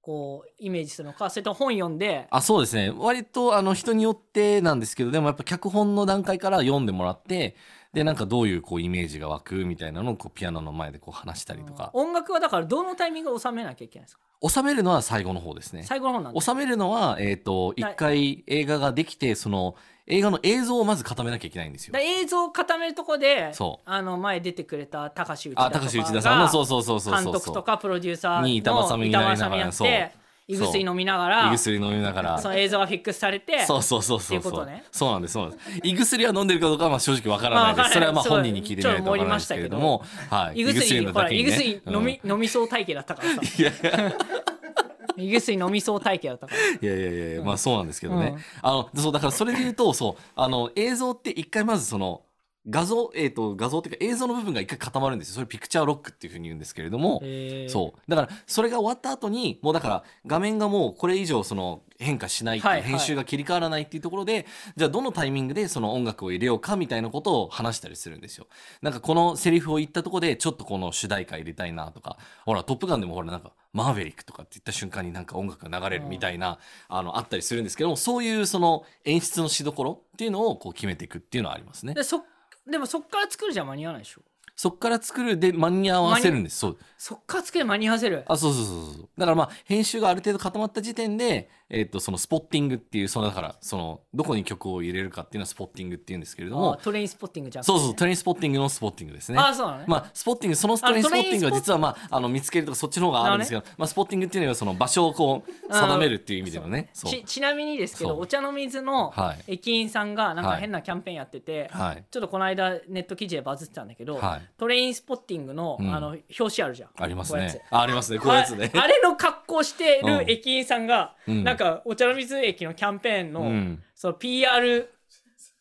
[SPEAKER 3] こうイメージするのかそれとも本読んで
[SPEAKER 4] あそうですね割とあの人によってなんですけどでもやっぱ脚本の段階から読んでもらってでなんかどういうこうイメージが湧くみたいなのをこうピアノの前でこう話したりとか
[SPEAKER 3] 音楽はだからどのタイミングで収めなきゃいけないんですか
[SPEAKER 4] 収めるのは最後の方ですね
[SPEAKER 3] 最後の方なんで
[SPEAKER 4] 収めるのはえっ、と
[SPEAKER 3] だ
[SPEAKER 4] 一回映画ができてその映画の映像をまず固めなきゃいけないんですよ
[SPEAKER 3] だ映像を固めるとこで
[SPEAKER 4] そ
[SPEAKER 3] あの前出てくれた高橋内田
[SPEAKER 4] あ
[SPEAKER 3] とか
[SPEAKER 4] 高
[SPEAKER 3] が
[SPEAKER 4] 橋内田さんのそうそうそうそうそう
[SPEAKER 3] 監督とかプロデューサーの
[SPEAKER 4] に板挟みになりながら
[SPEAKER 3] 板挟
[SPEAKER 4] そう
[SPEAKER 3] みやって胃薬飲みながら
[SPEAKER 4] 胃薬飲みながら
[SPEAKER 3] その映像がフィックスされて
[SPEAKER 4] そうそうそうそう
[SPEAKER 3] っていう
[SPEAKER 4] そ
[SPEAKER 3] こと
[SPEAKER 4] う
[SPEAKER 3] ね
[SPEAKER 4] そうなんですそうなんです胃薬は飲んでるかどうかはまあ正直わからないです、
[SPEAKER 3] まあわからない
[SPEAKER 4] それはまあ
[SPEAKER 3] すごい
[SPEAKER 4] 本人に聞いてみないとわからないですけれどもはい
[SPEAKER 3] 胃薬
[SPEAKER 4] の
[SPEAKER 3] ほら
[SPEAKER 4] 時
[SPEAKER 3] 胃
[SPEAKER 4] にね
[SPEAKER 3] 薬飲み飲みそう体型だったからさ
[SPEAKER 4] いやい
[SPEAKER 3] 胃薬飲みそう体型だったから
[SPEAKER 4] やいやいやいやまあそうなんですけど
[SPEAKER 3] う
[SPEAKER 4] ね、
[SPEAKER 3] ん
[SPEAKER 4] あのそうだからそれで言うとそうあの映像って一回まずその画像えっ、と画像っていうか映像の部分が一回固まるんですよそれピクチャーロックっていうふうに言うんですけれども、そうだからそれが終わった後にもうだから画面がもうこれ以上その変化しないっていう
[SPEAKER 3] はいはい
[SPEAKER 4] 編集が切り替わらないっていうところで、じゃあどのタイミングでその音楽を入れようかみたいなことを話したりするんですよなんかこのセリフを言ったとこでちょっとこの主題歌入れたいなとかほら「トップガン」でもほらなんか「マーヴェリック」とかって言った瞬間になんか音楽が流れるみたいな、あのあったりするんですけどもそういうその演出のしどころっていうのをこう決めていくっていうのはありますね
[SPEAKER 3] でそでもそっから作るじゃ間に合わないでしょ
[SPEAKER 4] そっから作るで間に合わせるんですそう
[SPEAKER 3] そっから作る間に合わせる
[SPEAKER 4] あそうそうそうそうだからまあ編集がある程度固まった時点で、えっとそのスポッティングっていうそのだからそのどこに曲を入れるかっていうのはスポッティングっていうんですけれど
[SPEAKER 3] あ
[SPEAKER 4] も
[SPEAKER 3] トレインスポッティングじゃん
[SPEAKER 4] そうそうトレインスポッティングのスポッティングですね
[SPEAKER 3] あそうなのね
[SPEAKER 4] まあ、スポッティングそのトレインスポッティングは実は、まあ、あの見つけるとかそっちの方があるんですけど、まあ、スポッティングっていうのはその場所をこう
[SPEAKER 3] あー
[SPEAKER 4] 定めるっていう意味でのねそう
[SPEAKER 3] ちちなみにですけど
[SPEAKER 4] そう
[SPEAKER 3] お茶の水の
[SPEAKER 4] はい
[SPEAKER 3] 駅員さんがなんか
[SPEAKER 4] はい
[SPEAKER 3] 変なキャンペーンやってて、
[SPEAKER 4] はい
[SPEAKER 3] ちょっとこの間ネット記事でバズってたんだけど、
[SPEAKER 4] はい
[SPEAKER 3] トレインスポッティングの,、
[SPEAKER 4] うん
[SPEAKER 3] あの表紙あるじゃん
[SPEAKER 4] あります
[SPEAKER 3] こういうやつ
[SPEAKER 4] ねあありますねこういうやつね
[SPEAKER 3] ああれの格好して
[SPEAKER 4] うん
[SPEAKER 3] る駅員さんが、
[SPEAKER 4] うん
[SPEAKER 3] なんかお茶の水駅のキャンペーンの,、
[SPEAKER 4] うん
[SPEAKER 3] その PR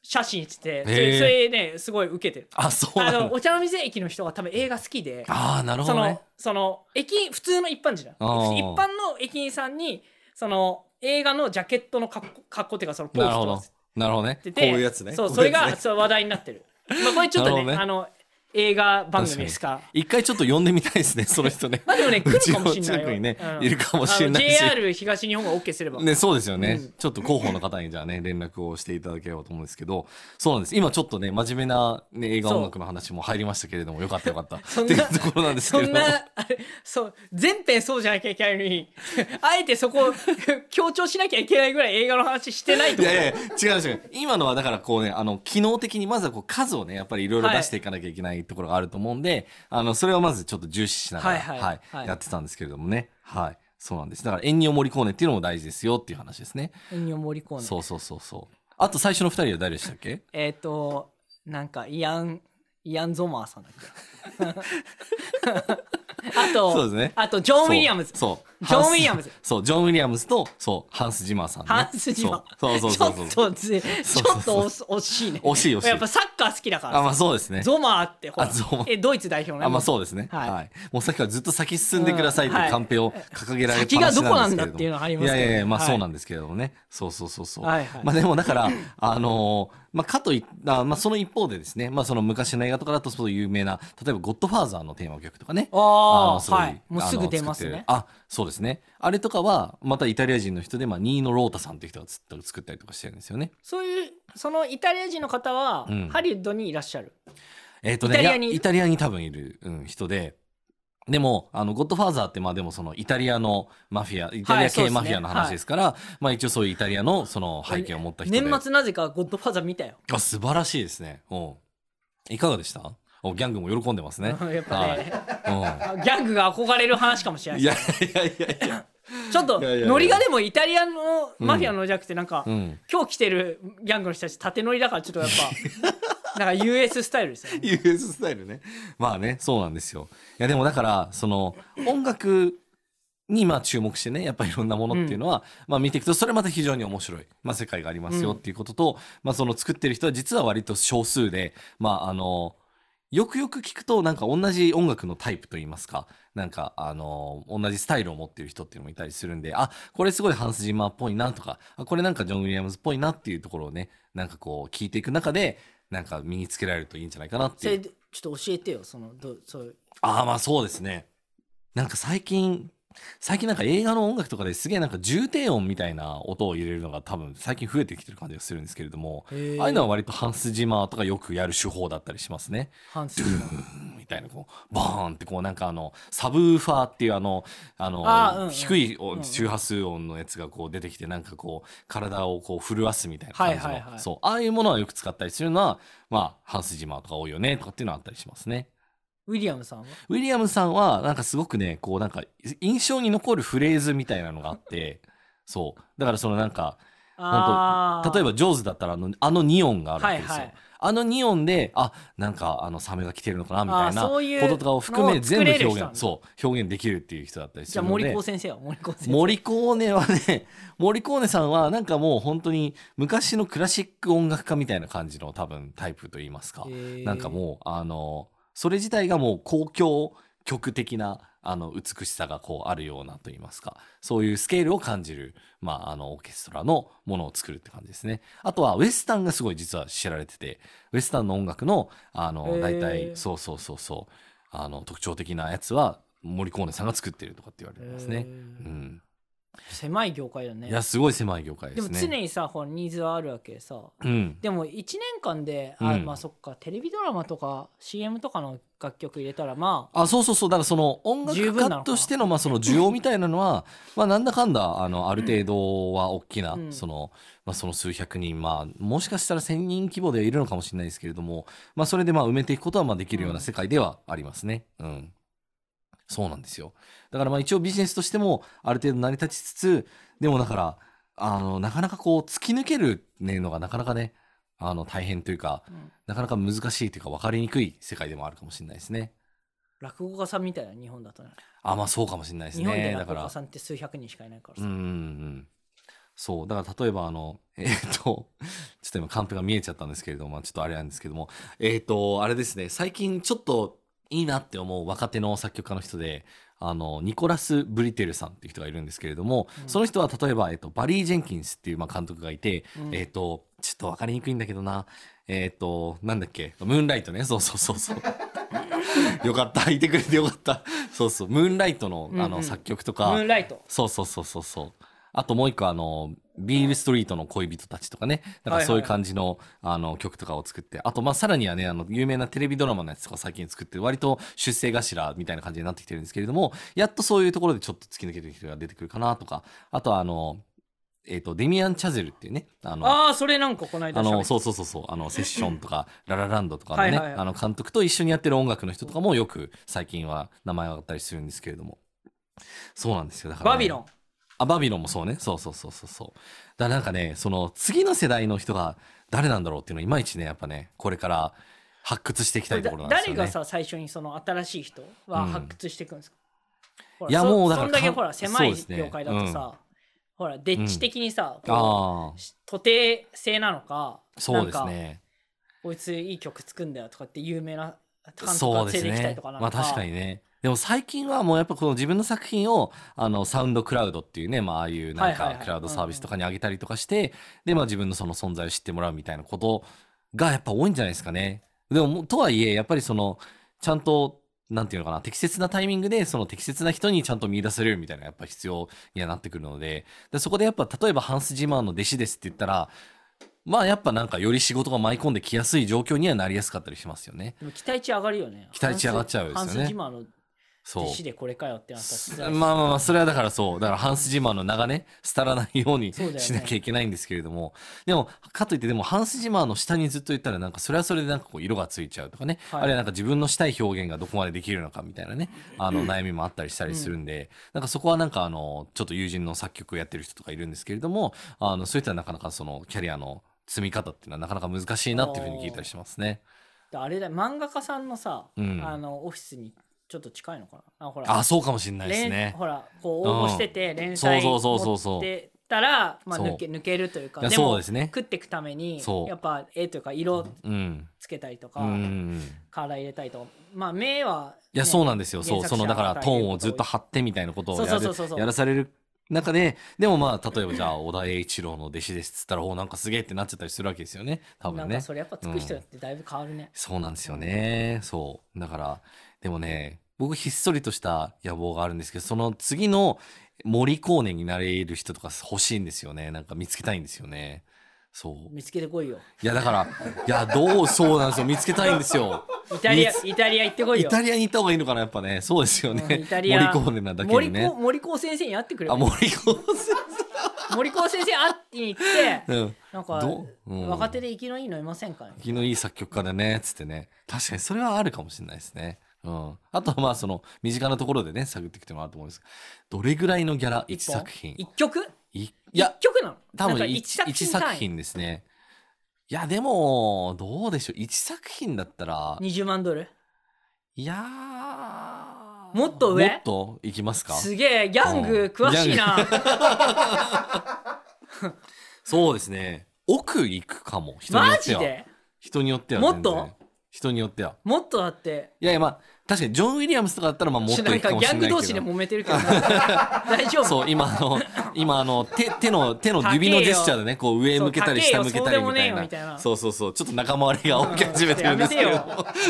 [SPEAKER 3] 写真しててそ
[SPEAKER 4] へー
[SPEAKER 3] れそれねすごい受けてる
[SPEAKER 4] あそうな
[SPEAKER 3] あ
[SPEAKER 4] んだ
[SPEAKER 3] のお茶の水駅の人が多分映画好きで
[SPEAKER 4] ああなるほ
[SPEAKER 3] そ
[SPEAKER 4] ど
[SPEAKER 3] の
[SPEAKER 4] ね
[SPEAKER 3] その駅員普通の一般人だよ
[SPEAKER 4] あー
[SPEAKER 3] 一般の駅員さんにその映画のジャケットの格好格好っていうかそのポー
[SPEAKER 4] な
[SPEAKER 3] ズ
[SPEAKER 4] るほ
[SPEAKER 3] と
[SPEAKER 4] ど
[SPEAKER 3] か
[SPEAKER 4] なるほどね
[SPEAKER 3] つけ
[SPEAKER 4] こういうやつね
[SPEAKER 3] そう
[SPEAKER 4] こ
[SPEAKER 3] そうれ
[SPEAKER 4] いうやつね
[SPEAKER 3] がそう話題になってる、まあ、これちょっとね
[SPEAKER 4] なるほどね
[SPEAKER 3] あの映画番組ですから
[SPEAKER 4] 一回ちょっと呼んでみたいですね、 その人ね。
[SPEAKER 3] まあでもね来るかもし
[SPEAKER 4] う
[SPEAKER 3] れ
[SPEAKER 4] ち
[SPEAKER 3] ないよ
[SPEAKER 4] の近くにね、
[SPEAKER 3] うん
[SPEAKER 4] いるかもしれないし。
[SPEAKER 3] あの JR 東日本が OK すれば、
[SPEAKER 4] ね、そうですよね、
[SPEAKER 3] うん
[SPEAKER 4] ちょっと広報の方にじゃあね連絡をしていただければと思うんですけどそうなんです今ちょっとね真面目な、ね、映画
[SPEAKER 3] そう
[SPEAKER 4] 音楽の話も入りましたけれどもよかったよかった
[SPEAKER 3] そ
[SPEAKER 4] っ
[SPEAKER 3] ん
[SPEAKER 4] て
[SPEAKER 3] な
[SPEAKER 4] いうところなんですけ
[SPEAKER 3] そ
[SPEAKER 4] れ
[SPEAKER 3] ん
[SPEAKER 4] ど
[SPEAKER 3] な
[SPEAKER 4] も
[SPEAKER 3] あれそう全編そうじゃなきゃいけないのに あえてそこを強調しなきゃいけないぐらい映画の話してないと
[SPEAKER 4] い
[SPEAKER 3] 思う
[SPEAKER 4] やいや違う違う今のはだからこうねあの機能的にまずはこう数をねやっぱりいろいろ
[SPEAKER 3] はい
[SPEAKER 4] 出していかなきゃいけないところがあると思うんで、あのそれをまずちょっと重視しながら、
[SPEAKER 3] はいはいはい
[SPEAKER 4] やってたんですけれどもねはいそうなんですだから「縁起を盛り込ね」っていうのも大事ですよっていう話ですね
[SPEAKER 3] 遠慮盛り込んで
[SPEAKER 4] そうそうそうそう。あと最初の二人は誰でしたっけ？
[SPEAKER 3] えっ、となんかイアンイアン・ゾマ ーさんだっけあ
[SPEAKER 4] そう
[SPEAKER 3] と、
[SPEAKER 4] ですね
[SPEAKER 3] あとジョン・ウィリアムズ
[SPEAKER 4] そう。そう
[SPEAKER 3] ジョン・ウィリアムズ。
[SPEAKER 4] そう、ジョン・ウィリアムズと、そう、ハンス・ジマーさんね、
[SPEAKER 3] ハンス・ジマ
[SPEAKER 4] そうそう
[SPEAKER 3] ち
[SPEAKER 4] そ
[SPEAKER 3] ょ
[SPEAKER 4] うそう
[SPEAKER 3] っ
[SPEAKER 4] そう。
[SPEAKER 3] とず、ちょっと惜しいね。
[SPEAKER 4] 惜しい惜しい
[SPEAKER 3] やっぱサッカー好きだから
[SPEAKER 4] あ、ま
[SPEAKER 3] さ。
[SPEAKER 4] あそうですね。
[SPEAKER 3] ゾマーってほら
[SPEAKER 4] あゾマ、
[SPEAKER 3] えドイツ代表のね
[SPEAKER 4] あ、まあそうですね。
[SPEAKER 3] は
[SPEAKER 4] はいい。もうさっきからずっと先進んでくださいと
[SPEAKER 3] うんはいいう
[SPEAKER 4] カンペを掲げられっぱなし
[SPEAKER 3] 先がどこな
[SPEAKER 4] なんん
[SPEAKER 3] だ
[SPEAKER 4] で
[SPEAKER 3] って
[SPEAKER 4] すけ
[SPEAKER 3] い
[SPEAKER 4] れ
[SPEAKER 3] うの
[SPEAKER 4] ど
[SPEAKER 3] は
[SPEAKER 4] も。
[SPEAKER 3] ありますけどね
[SPEAKER 4] いやいやいや、まあ
[SPEAKER 3] はい
[SPEAKER 4] そうなんですけれどもね。そうそうそうそう。
[SPEAKER 3] はいはい
[SPEAKER 4] まあでもだから、あのーまあかといあまあその一方でですね、まあその昔の映画とかだとそういう有名な、例えばゴッドファーザーのテーマ曲とかね。
[SPEAKER 3] あ
[SPEAKER 4] の
[SPEAKER 3] あ、
[SPEAKER 4] すご
[SPEAKER 3] はい。もうすぐ出ます
[SPEAKER 4] あの作ってる
[SPEAKER 3] ね。
[SPEAKER 4] あそうですねあれとかはまたイタリア人の人で、まあ、ニーノ・ロータさんっていう人がつ作ったりとかしてるんですよね。
[SPEAKER 3] そういう、そのイタリア人の方は
[SPEAKER 4] うん、
[SPEAKER 3] ハリウッドにいらっしゃる。
[SPEAKER 4] えっ、と
[SPEAKER 3] イタ
[SPEAKER 4] ね、い
[SPEAKER 3] リ
[SPEAKER 4] や
[SPEAKER 3] アにいる
[SPEAKER 4] イタリアに多分いる、うん、人で。でも、あの、ゴッドファーザーって、まあでもそのイタリアのマフィア、イタリア
[SPEAKER 3] そうですね
[SPEAKER 4] 系マフィアの話ですから、まあ一応そういうイタリアのその背景を持った人で。
[SPEAKER 3] 年末なぜかゴッドファーザー見たよ。
[SPEAKER 4] あ、素晴らしいですね。うん。いかがでしたおギャングも喜んでますね。
[SPEAKER 3] やっぱね、
[SPEAKER 4] は
[SPEAKER 3] ギャングが憧れる話かもしれ
[SPEAKER 4] い。う。
[SPEAKER 3] なんい
[SPEAKER 4] いやいやいやいや。
[SPEAKER 3] ちょっと
[SPEAKER 4] いやいやいや
[SPEAKER 3] ノリがでもイタリアのマフィアのじゃなくてなんか、
[SPEAKER 4] うん。
[SPEAKER 3] 今日来てるギャングの人たち縦ノリだからちょっとやっ ぱなんか US スタイルですよね
[SPEAKER 4] US スタイルね。まあね、そうなんですよ。いや、でもだから、その、音楽にまあ注目してね、やっぱりいろんなものっていうのは、まあ見ていくと、それまた非常に面白い、まあ世界がありますよっていうことと、まあその作ってる人は実は割と少数で、まああの、よくよく聞くと、なんか同じ音楽のタイプといいますか、なんか、あの、同じスタイルを持ってる人っていうのもいたりするんで、あ、これすごいハンス・ジマーっぽいなとか、あ、これなんかジョン・ウィリアムズっぽいなっていうところをね、なんかこう聞いていく中で、なんか身につけられるといいんじゃないかなって
[SPEAKER 3] そ
[SPEAKER 4] い
[SPEAKER 3] れ。
[SPEAKER 4] う
[SPEAKER 3] でちょっと教えてよそのどうそういう
[SPEAKER 4] ああ、まあそうですね。なんか最近、最近なんか映画の音楽とかですげえなんか重低音みたいな音を入れるのが多分最近増えてきてる感じがするんですけれども、
[SPEAKER 3] へー
[SPEAKER 4] ああいうのは割とハンス・ジマーとかよくやる手法だったりしますね。
[SPEAKER 3] ハンス
[SPEAKER 4] うんみたいなこうバーンってこうなんかあのサブウーファーっていうあのあの
[SPEAKER 3] あーうんうん
[SPEAKER 4] 低い
[SPEAKER 3] うんうん
[SPEAKER 4] 音周波数音のやつがこう出てきてなんかこう体をこう震わすみたいな感じの、
[SPEAKER 3] はいはいはい
[SPEAKER 4] そうああいうものはよく使ったりするのはまあハンス・ジマーとか多いよねとかっていうのはあったりしますね。
[SPEAKER 3] ウィリアムさんは
[SPEAKER 4] ウィリアムさんは、なんかすごくね、こうなんか、印象に残るフレーズみたいなのがあって、そう。だからそのなんか、
[SPEAKER 3] あー
[SPEAKER 4] 例えばジョーズだったらあの、あの2音があるわ
[SPEAKER 3] はい
[SPEAKER 4] けですよ。
[SPEAKER 3] はい
[SPEAKER 4] あの2音で、あ、なんかあのサメが来てるのかなみたいな
[SPEAKER 3] あーそういう
[SPEAKER 4] こととかを含
[SPEAKER 3] の
[SPEAKER 4] め
[SPEAKER 3] を
[SPEAKER 4] 全
[SPEAKER 3] 作れる人
[SPEAKER 4] 部表
[SPEAKER 3] なんだ
[SPEAKER 4] 現、そう、表現できるっていう人だったりす
[SPEAKER 3] じゃ
[SPEAKER 4] る
[SPEAKER 3] あ
[SPEAKER 4] ので。
[SPEAKER 3] 森高先生は森高先生
[SPEAKER 4] 森コーネはね、 森コーネさんはなんかもう本当に昔のクラシック音楽家みたいな感じの多分タイプといいますか
[SPEAKER 3] へ。ー
[SPEAKER 4] なんかもう、あの、それ自体がもう公共曲的な、あの、美しさがこうあるようなといいますか。そういうスケールを感じる、まあ、あの、オーケストラのものを作るって感じですね。あとは、ウェスタンがすごい実は知られてて、ウェスタンの音楽の、あ
[SPEAKER 3] へー
[SPEAKER 4] の、大体、そうそうそうそう、あの、特徴的なやつは、森コーネさんが作ってるとかって言われてます
[SPEAKER 3] へ
[SPEAKER 4] ね。
[SPEAKER 3] ー
[SPEAKER 4] うん。
[SPEAKER 3] 狭い業界だね
[SPEAKER 4] いや、すごい狭い業界で
[SPEAKER 3] ですも
[SPEAKER 4] ね。
[SPEAKER 3] 常にさほらニーズはあるわけでさ
[SPEAKER 4] うん。
[SPEAKER 3] でも1年間であ、
[SPEAKER 4] うん
[SPEAKER 3] まあそっかテレビドラマとか CM とかの楽曲入れたらまあ
[SPEAKER 4] あ、そうそうそう。だからその音
[SPEAKER 3] 十
[SPEAKER 4] 楽
[SPEAKER 3] 分なの
[SPEAKER 4] 家
[SPEAKER 3] か
[SPEAKER 4] としての、まあその需要みたいなのは、 まあなんだかんだ、あの、ある程度は大きな、
[SPEAKER 3] うん
[SPEAKER 4] その、まあその数百人、まあもしかしたら千人規模でいるのかもしれないですけれども、まあそれでまあ埋めていくことはまあできるよう
[SPEAKER 3] う
[SPEAKER 4] なん世界ではありますね。うん。そうなんですよ。だからまあ一応ビジネスとしてもある程度成り立ちつつ、でもだから、あの、なかなかこう突き抜けるねのがなかなかね、あの大変というか、
[SPEAKER 3] うん
[SPEAKER 4] なかなか難しいというか分かりにくい世界でもあるかもしれないですね。
[SPEAKER 3] 落語家さんみたいな日本だとね
[SPEAKER 4] あ、まあそうかもしれないですね。
[SPEAKER 3] 日本で
[SPEAKER 4] だか
[SPEAKER 3] 落語
[SPEAKER 4] ら
[SPEAKER 3] 家。さんって数百人しかいないから
[SPEAKER 4] う
[SPEAKER 3] さ、
[SPEAKER 4] んうんうん。そう。だから例えばあの、 えっ、と、ちょっと今カンペが見えちゃったんですけれども、まあちょっとあれなんですけども、えっ、と、あれですね、最近ちょっといいなって思う若手の作曲家の人で、あの、ニコラス・ブリテルさんっていう人がいるんですけれども、
[SPEAKER 3] うん
[SPEAKER 4] その人は例えば、えっ、と、バリー・ジェンキンスっていうまあ監督がいて、
[SPEAKER 3] うん
[SPEAKER 4] えっ、と、ちょっとわかりにくいんだけどな、えっ、と、なんだっけ、ムーンライトね、そうそうそうそう。 よかった、いてくれてよかった。そうそう、ムーンライトのあ
[SPEAKER 3] うんう
[SPEAKER 4] の
[SPEAKER 3] ん
[SPEAKER 4] 作曲とか、
[SPEAKER 3] ムーンライト
[SPEAKER 4] そうそうそうそうそう。あともう一個あの、ビールストリートの恋人たちとかね、なんかそういう感じの,、あの曲とかを作って、あとまあさらにはね、あの、有名なテレビドラマのやつとか最近作って、割と出世頭みたいな感じになってきてるんですけれども、やっとそういうところでちょっと突き抜けてる人が出てくるかなとか、あとはあの、えっ、と、デミアン・チャゼルっていうね、あの、
[SPEAKER 3] ああそれなんかこの間
[SPEAKER 4] あ
[SPEAKER 3] 喋っ
[SPEAKER 4] の
[SPEAKER 3] た
[SPEAKER 4] そうそうそうそうあのセッションとかララランドとかのね
[SPEAKER 3] はいはいはい
[SPEAKER 4] あの監督と一緒にやってる音楽の人とかもよく最近は名前があったりするんですけれどもそうなんですよだからね、
[SPEAKER 3] バビロン
[SPEAKER 4] あバビロンもそうねそうそうそうそうそうだからなんかねその次の世代の人が誰なんだろうっていうのをいまいちねやっぱねこれから発掘していきたいところなんですよ
[SPEAKER 3] 誰
[SPEAKER 4] ね
[SPEAKER 3] がさ最初にその新しい人は発掘していくんですか、ほ
[SPEAKER 4] いや
[SPEAKER 3] そ
[SPEAKER 4] もうだから
[SPEAKER 3] そんだけ
[SPEAKER 4] か
[SPEAKER 3] ほら狭い
[SPEAKER 4] そうですね
[SPEAKER 3] 業界だとさ、ほらデッチ的にさ、こ
[SPEAKER 4] あ
[SPEAKER 3] う
[SPEAKER 4] あ
[SPEAKER 3] し徒弟制なのか
[SPEAKER 4] そうです
[SPEAKER 3] なんか
[SPEAKER 4] ね
[SPEAKER 3] こいついい曲作んだよとかって有名な監督
[SPEAKER 4] そ
[SPEAKER 3] が
[SPEAKER 4] う
[SPEAKER 3] 連
[SPEAKER 4] です
[SPEAKER 3] れてきたり
[SPEAKER 4] ね
[SPEAKER 3] とかなの
[SPEAKER 4] まあ確かにねでも最近はもうやっぱこの自分の作品をあのサウンドクラウドっていうね、まあ、ああいうな
[SPEAKER 3] はい
[SPEAKER 4] ん
[SPEAKER 3] はいはい
[SPEAKER 4] かクラウドサービスとかに上げたりとかして、で、まあ、自分のその存在を知ってもらうみたいなことがやっぱ多いんじゃないですかね。でももうとはいえやっぱりそのちゃんとなんていうのかな適切なタイミングでその適切な人にちゃんと見出せるみたいなのがやっぱ必要にはなってくるのででそこでやっぱ例えばハンス・ジマーの弟子ですって言ったらまあやっぱなんかより仕事が舞い込んできやすい状況にはなりやすかったりしますよね。
[SPEAKER 3] でも期待値上がるよね
[SPEAKER 4] 期待値上がっちゃうですよね
[SPEAKER 3] ハンスハンス・ジマーの
[SPEAKER 4] そう
[SPEAKER 3] 弟子でこれかよってなったら
[SPEAKER 4] す
[SPEAKER 3] 辛
[SPEAKER 4] まあ
[SPEAKER 3] い
[SPEAKER 4] まあまあそれはだからそうだからハンス・ジマーの名がね廃らないように
[SPEAKER 3] そうだよね
[SPEAKER 4] しなきゃいけないんですけれども、でもかといってでもハンス・ジマーの下にずっといったらなんかそれはそれでなんかこう色がついちゃうとかね、
[SPEAKER 3] はい
[SPEAKER 4] あるいはなんか自分のしたい表現がどこまでできるのかみた いなねあの悩みもあったりしたりするんで、なんかそこはなんかあのちょっと友人の作曲をやってる人とかいるんですけれどもあのそういったなかなかそのキャリアの積み方っていうのはなかなか難しいなっていうふうに聞いたりしますね。
[SPEAKER 3] あれだ漫画家さんのさ、
[SPEAKER 4] うん
[SPEAKER 3] あのオフィスにちょっと近いのかなあほら
[SPEAKER 4] あそうかもしれないです
[SPEAKER 3] 連
[SPEAKER 4] ね。
[SPEAKER 3] ほらこう応募してて連載
[SPEAKER 4] そうそうそうそうそう
[SPEAKER 3] 持ってたら、まあ、
[SPEAKER 4] そう
[SPEAKER 3] 抜け抜けるというか
[SPEAKER 4] いや
[SPEAKER 3] で
[SPEAKER 4] そ
[SPEAKER 3] も
[SPEAKER 4] うですね
[SPEAKER 3] 食っていくために
[SPEAKER 4] そう
[SPEAKER 3] やっぱ絵というか色
[SPEAKER 4] うん、
[SPEAKER 3] つけたりと
[SPEAKER 4] う
[SPEAKER 3] か、
[SPEAKER 4] ん
[SPEAKER 3] カーラー入れたりとかまあ目は、
[SPEAKER 4] いや、そうなんですよ。そう、
[SPEAKER 3] 原作
[SPEAKER 4] そ
[SPEAKER 3] 者
[SPEAKER 4] の、だから、
[SPEAKER 3] が
[SPEAKER 4] トーンをずっと
[SPEAKER 3] 書い
[SPEAKER 4] 張ってみたいなことを
[SPEAKER 3] そう
[SPEAKER 4] や
[SPEAKER 3] そうそ
[SPEAKER 4] る
[SPEAKER 3] うそうそう
[SPEAKER 4] やらされる中で、でもまあ、例えば、じ ゃあ、小田栄一郎の弟子ですっつったら、おなんかすげえってなっちゃったりするわけですよね。多
[SPEAKER 3] な
[SPEAKER 4] 分
[SPEAKER 3] んか
[SPEAKER 4] ね。
[SPEAKER 3] それやっぱつく人だってだいぶ変わるね、
[SPEAKER 4] そうなんですよね。そう。だから、でもね、僕、ひっそりとした野望があるんですけど、その次の森光年になれる人とか欲しいんですよね。なんか見つけたいんですよね。そう。
[SPEAKER 3] 見つけてこいよ
[SPEAKER 4] いや、だから、いや、どうそうなんですよ。見つけたいんですよ。
[SPEAKER 3] イタリア
[SPEAKER 4] 見つ
[SPEAKER 3] イタリア行ってこい
[SPEAKER 4] イ
[SPEAKER 3] よ
[SPEAKER 4] タリアに行った方がいいのかな、やっぱね。そうですよね。
[SPEAKER 3] うんイタリア
[SPEAKER 4] 森光年なだけにね。
[SPEAKER 3] 森子森子先生に会ってくれ
[SPEAKER 4] あ、
[SPEAKER 3] ばいい
[SPEAKER 4] 森光
[SPEAKER 3] 森子先生に会ってに行 って
[SPEAKER 4] うん。
[SPEAKER 3] なんか
[SPEAKER 4] どううん
[SPEAKER 3] 若手で生きのいいのいませんかね
[SPEAKER 4] 気のいい作曲家でね、つってね。確かにそれはあるかもしれないですね。うん。あとはまあその身近なところでね、探ってきてもらうと思うんですけど、どれぐらいのギャラ1
[SPEAKER 3] 一本
[SPEAKER 4] 作品
[SPEAKER 3] 一曲
[SPEAKER 4] いい
[SPEAKER 3] い
[SPEAKER 4] や
[SPEAKER 3] 一、曲なの
[SPEAKER 4] 多
[SPEAKER 3] なんか
[SPEAKER 4] 分
[SPEAKER 3] 一作
[SPEAKER 4] 1,
[SPEAKER 3] 品
[SPEAKER 4] 作
[SPEAKER 3] 単位
[SPEAKER 4] 品ですね。いや、でも、どうでしょう。1作品だったら、
[SPEAKER 3] 20万ドル
[SPEAKER 4] いやー
[SPEAKER 3] もっと上
[SPEAKER 4] もっといきますか
[SPEAKER 3] すげえギャング詳しいな
[SPEAKER 4] そうですね。奥行くかも。人によ
[SPEAKER 3] マ
[SPEAKER 4] って
[SPEAKER 3] ジ
[SPEAKER 4] は。
[SPEAKER 3] で
[SPEAKER 4] 人によっては全然。
[SPEAKER 3] もっと
[SPEAKER 4] 人によっては。
[SPEAKER 3] もっとだって
[SPEAKER 4] いやいやまあ確かにジョン・ウィリアムスとかだったらまあもっと
[SPEAKER 3] ないん
[SPEAKER 4] くか
[SPEAKER 3] か
[SPEAKER 4] も
[SPEAKER 3] ギ
[SPEAKER 4] しれ
[SPEAKER 3] ャ
[SPEAKER 4] な
[SPEAKER 3] ング
[SPEAKER 4] いけど
[SPEAKER 3] 同士で揉めてる けどな大丈夫
[SPEAKER 4] そう今あの 今あの手手の手の
[SPEAKER 3] 高えよ
[SPEAKER 4] 指のジェスチャーでねこう上向けたり
[SPEAKER 3] そう
[SPEAKER 4] 下向けたり
[SPEAKER 3] 高えよそうでも
[SPEAKER 4] みた
[SPEAKER 3] ねえ
[SPEAKER 4] い
[SPEAKER 3] よ
[SPEAKER 4] な
[SPEAKER 3] みたいな
[SPEAKER 4] そうそうそうちょっと仲間割れが起き始めてるんですけれども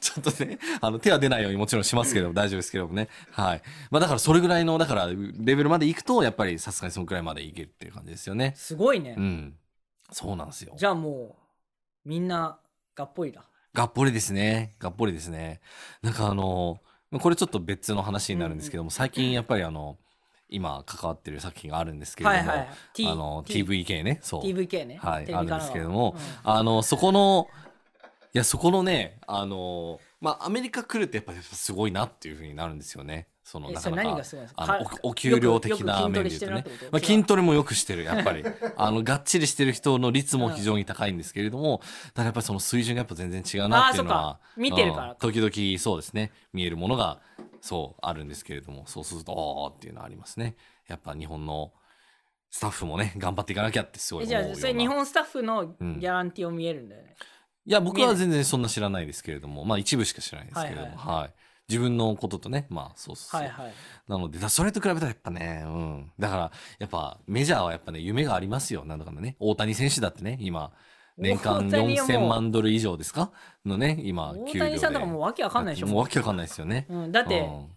[SPEAKER 4] ちょっとねあの手は出ないようにもちろんしますけども大丈夫ですけどもねはいまあだからそれぐらいのだからレベルまでいくとやっぱりさすがにそのくらいまでいけるっていう感じですよね
[SPEAKER 3] すごいね、
[SPEAKER 4] うんそうなんですよ
[SPEAKER 3] じゃあもうみんながっぽりだ
[SPEAKER 4] がっぽりですね。がっぽりですね。なんかあの、これちょっと別の話になるんですけども、最近やっぱりあの、今関わってる作品があるんですけれど
[SPEAKER 3] は
[SPEAKER 4] も、
[SPEAKER 3] いはい、T
[SPEAKER 4] あの、
[SPEAKER 3] T
[SPEAKER 4] TVK ね、そう。
[SPEAKER 3] TVK ね
[SPEAKER 4] はい
[SPEAKER 3] テレビ神
[SPEAKER 4] あるんで
[SPEAKER 3] 奈川
[SPEAKER 4] すけれども
[SPEAKER 3] うん
[SPEAKER 4] あの、そこの、いや、そこのね、あの、まあ、アメリカ来るってやっぱすごいなっていうふうになるんですよね。その、
[SPEAKER 3] え
[SPEAKER 4] な
[SPEAKER 3] そ
[SPEAKER 4] か
[SPEAKER 3] れ
[SPEAKER 4] な
[SPEAKER 3] 何
[SPEAKER 4] か
[SPEAKER 3] が。すごいんですか
[SPEAKER 4] あの
[SPEAKER 3] か
[SPEAKER 4] おお給料的な
[SPEAKER 3] よく
[SPEAKER 4] 面
[SPEAKER 3] よく筋トレ
[SPEAKER 4] で言うと
[SPEAKER 3] してるなっ
[SPEAKER 4] ね
[SPEAKER 3] てこと、
[SPEAKER 4] まあ、
[SPEAKER 3] 違う
[SPEAKER 4] 筋トレもよくしてるや っぱりあのがっちりしてる人の率も非常に高いんですけれどもただやっぱりその水準がやっぱ全然違うなっていうの
[SPEAKER 3] あーそ
[SPEAKER 4] は
[SPEAKER 3] っか見てるからか
[SPEAKER 4] うん時々そうですね見えるものがそうあるんですけれどもそうするとおーっていうのはありますねやっぱ日本のスタッフもね頑張っていかなきゃってすごい
[SPEAKER 3] え
[SPEAKER 4] 思う
[SPEAKER 3] じ
[SPEAKER 4] よ
[SPEAKER 3] ゃ
[SPEAKER 4] う
[SPEAKER 3] あ
[SPEAKER 4] な
[SPEAKER 3] それ日
[SPEAKER 4] い
[SPEAKER 3] 本スタッフのギ
[SPEAKER 4] うん
[SPEAKER 3] ャランティーを見えるんだよね、
[SPEAKER 4] や僕は全然そんな知らないですけれどもまあ一部しか知らないですけれども、
[SPEAKER 3] はい
[SPEAKER 4] はい
[SPEAKER 3] は
[SPEAKER 4] 自分のこととねまあそうそうそう、
[SPEAKER 3] はいはい
[SPEAKER 4] なので、だそれと比べたらやっぱね、うん。だから、やっぱメジャーはやっぱね、夢がありますよ。なんだかんだね。大谷選手だってね、今、年間
[SPEAKER 3] 大谷はもう
[SPEAKER 4] 4000万ドル以上ですかのね、今、
[SPEAKER 3] 大
[SPEAKER 4] 給料で。
[SPEAKER 3] 谷さんとかもうわけわかんないでしょ
[SPEAKER 4] もうわけわかんないですよね。
[SPEAKER 3] うん、だって、
[SPEAKER 4] うん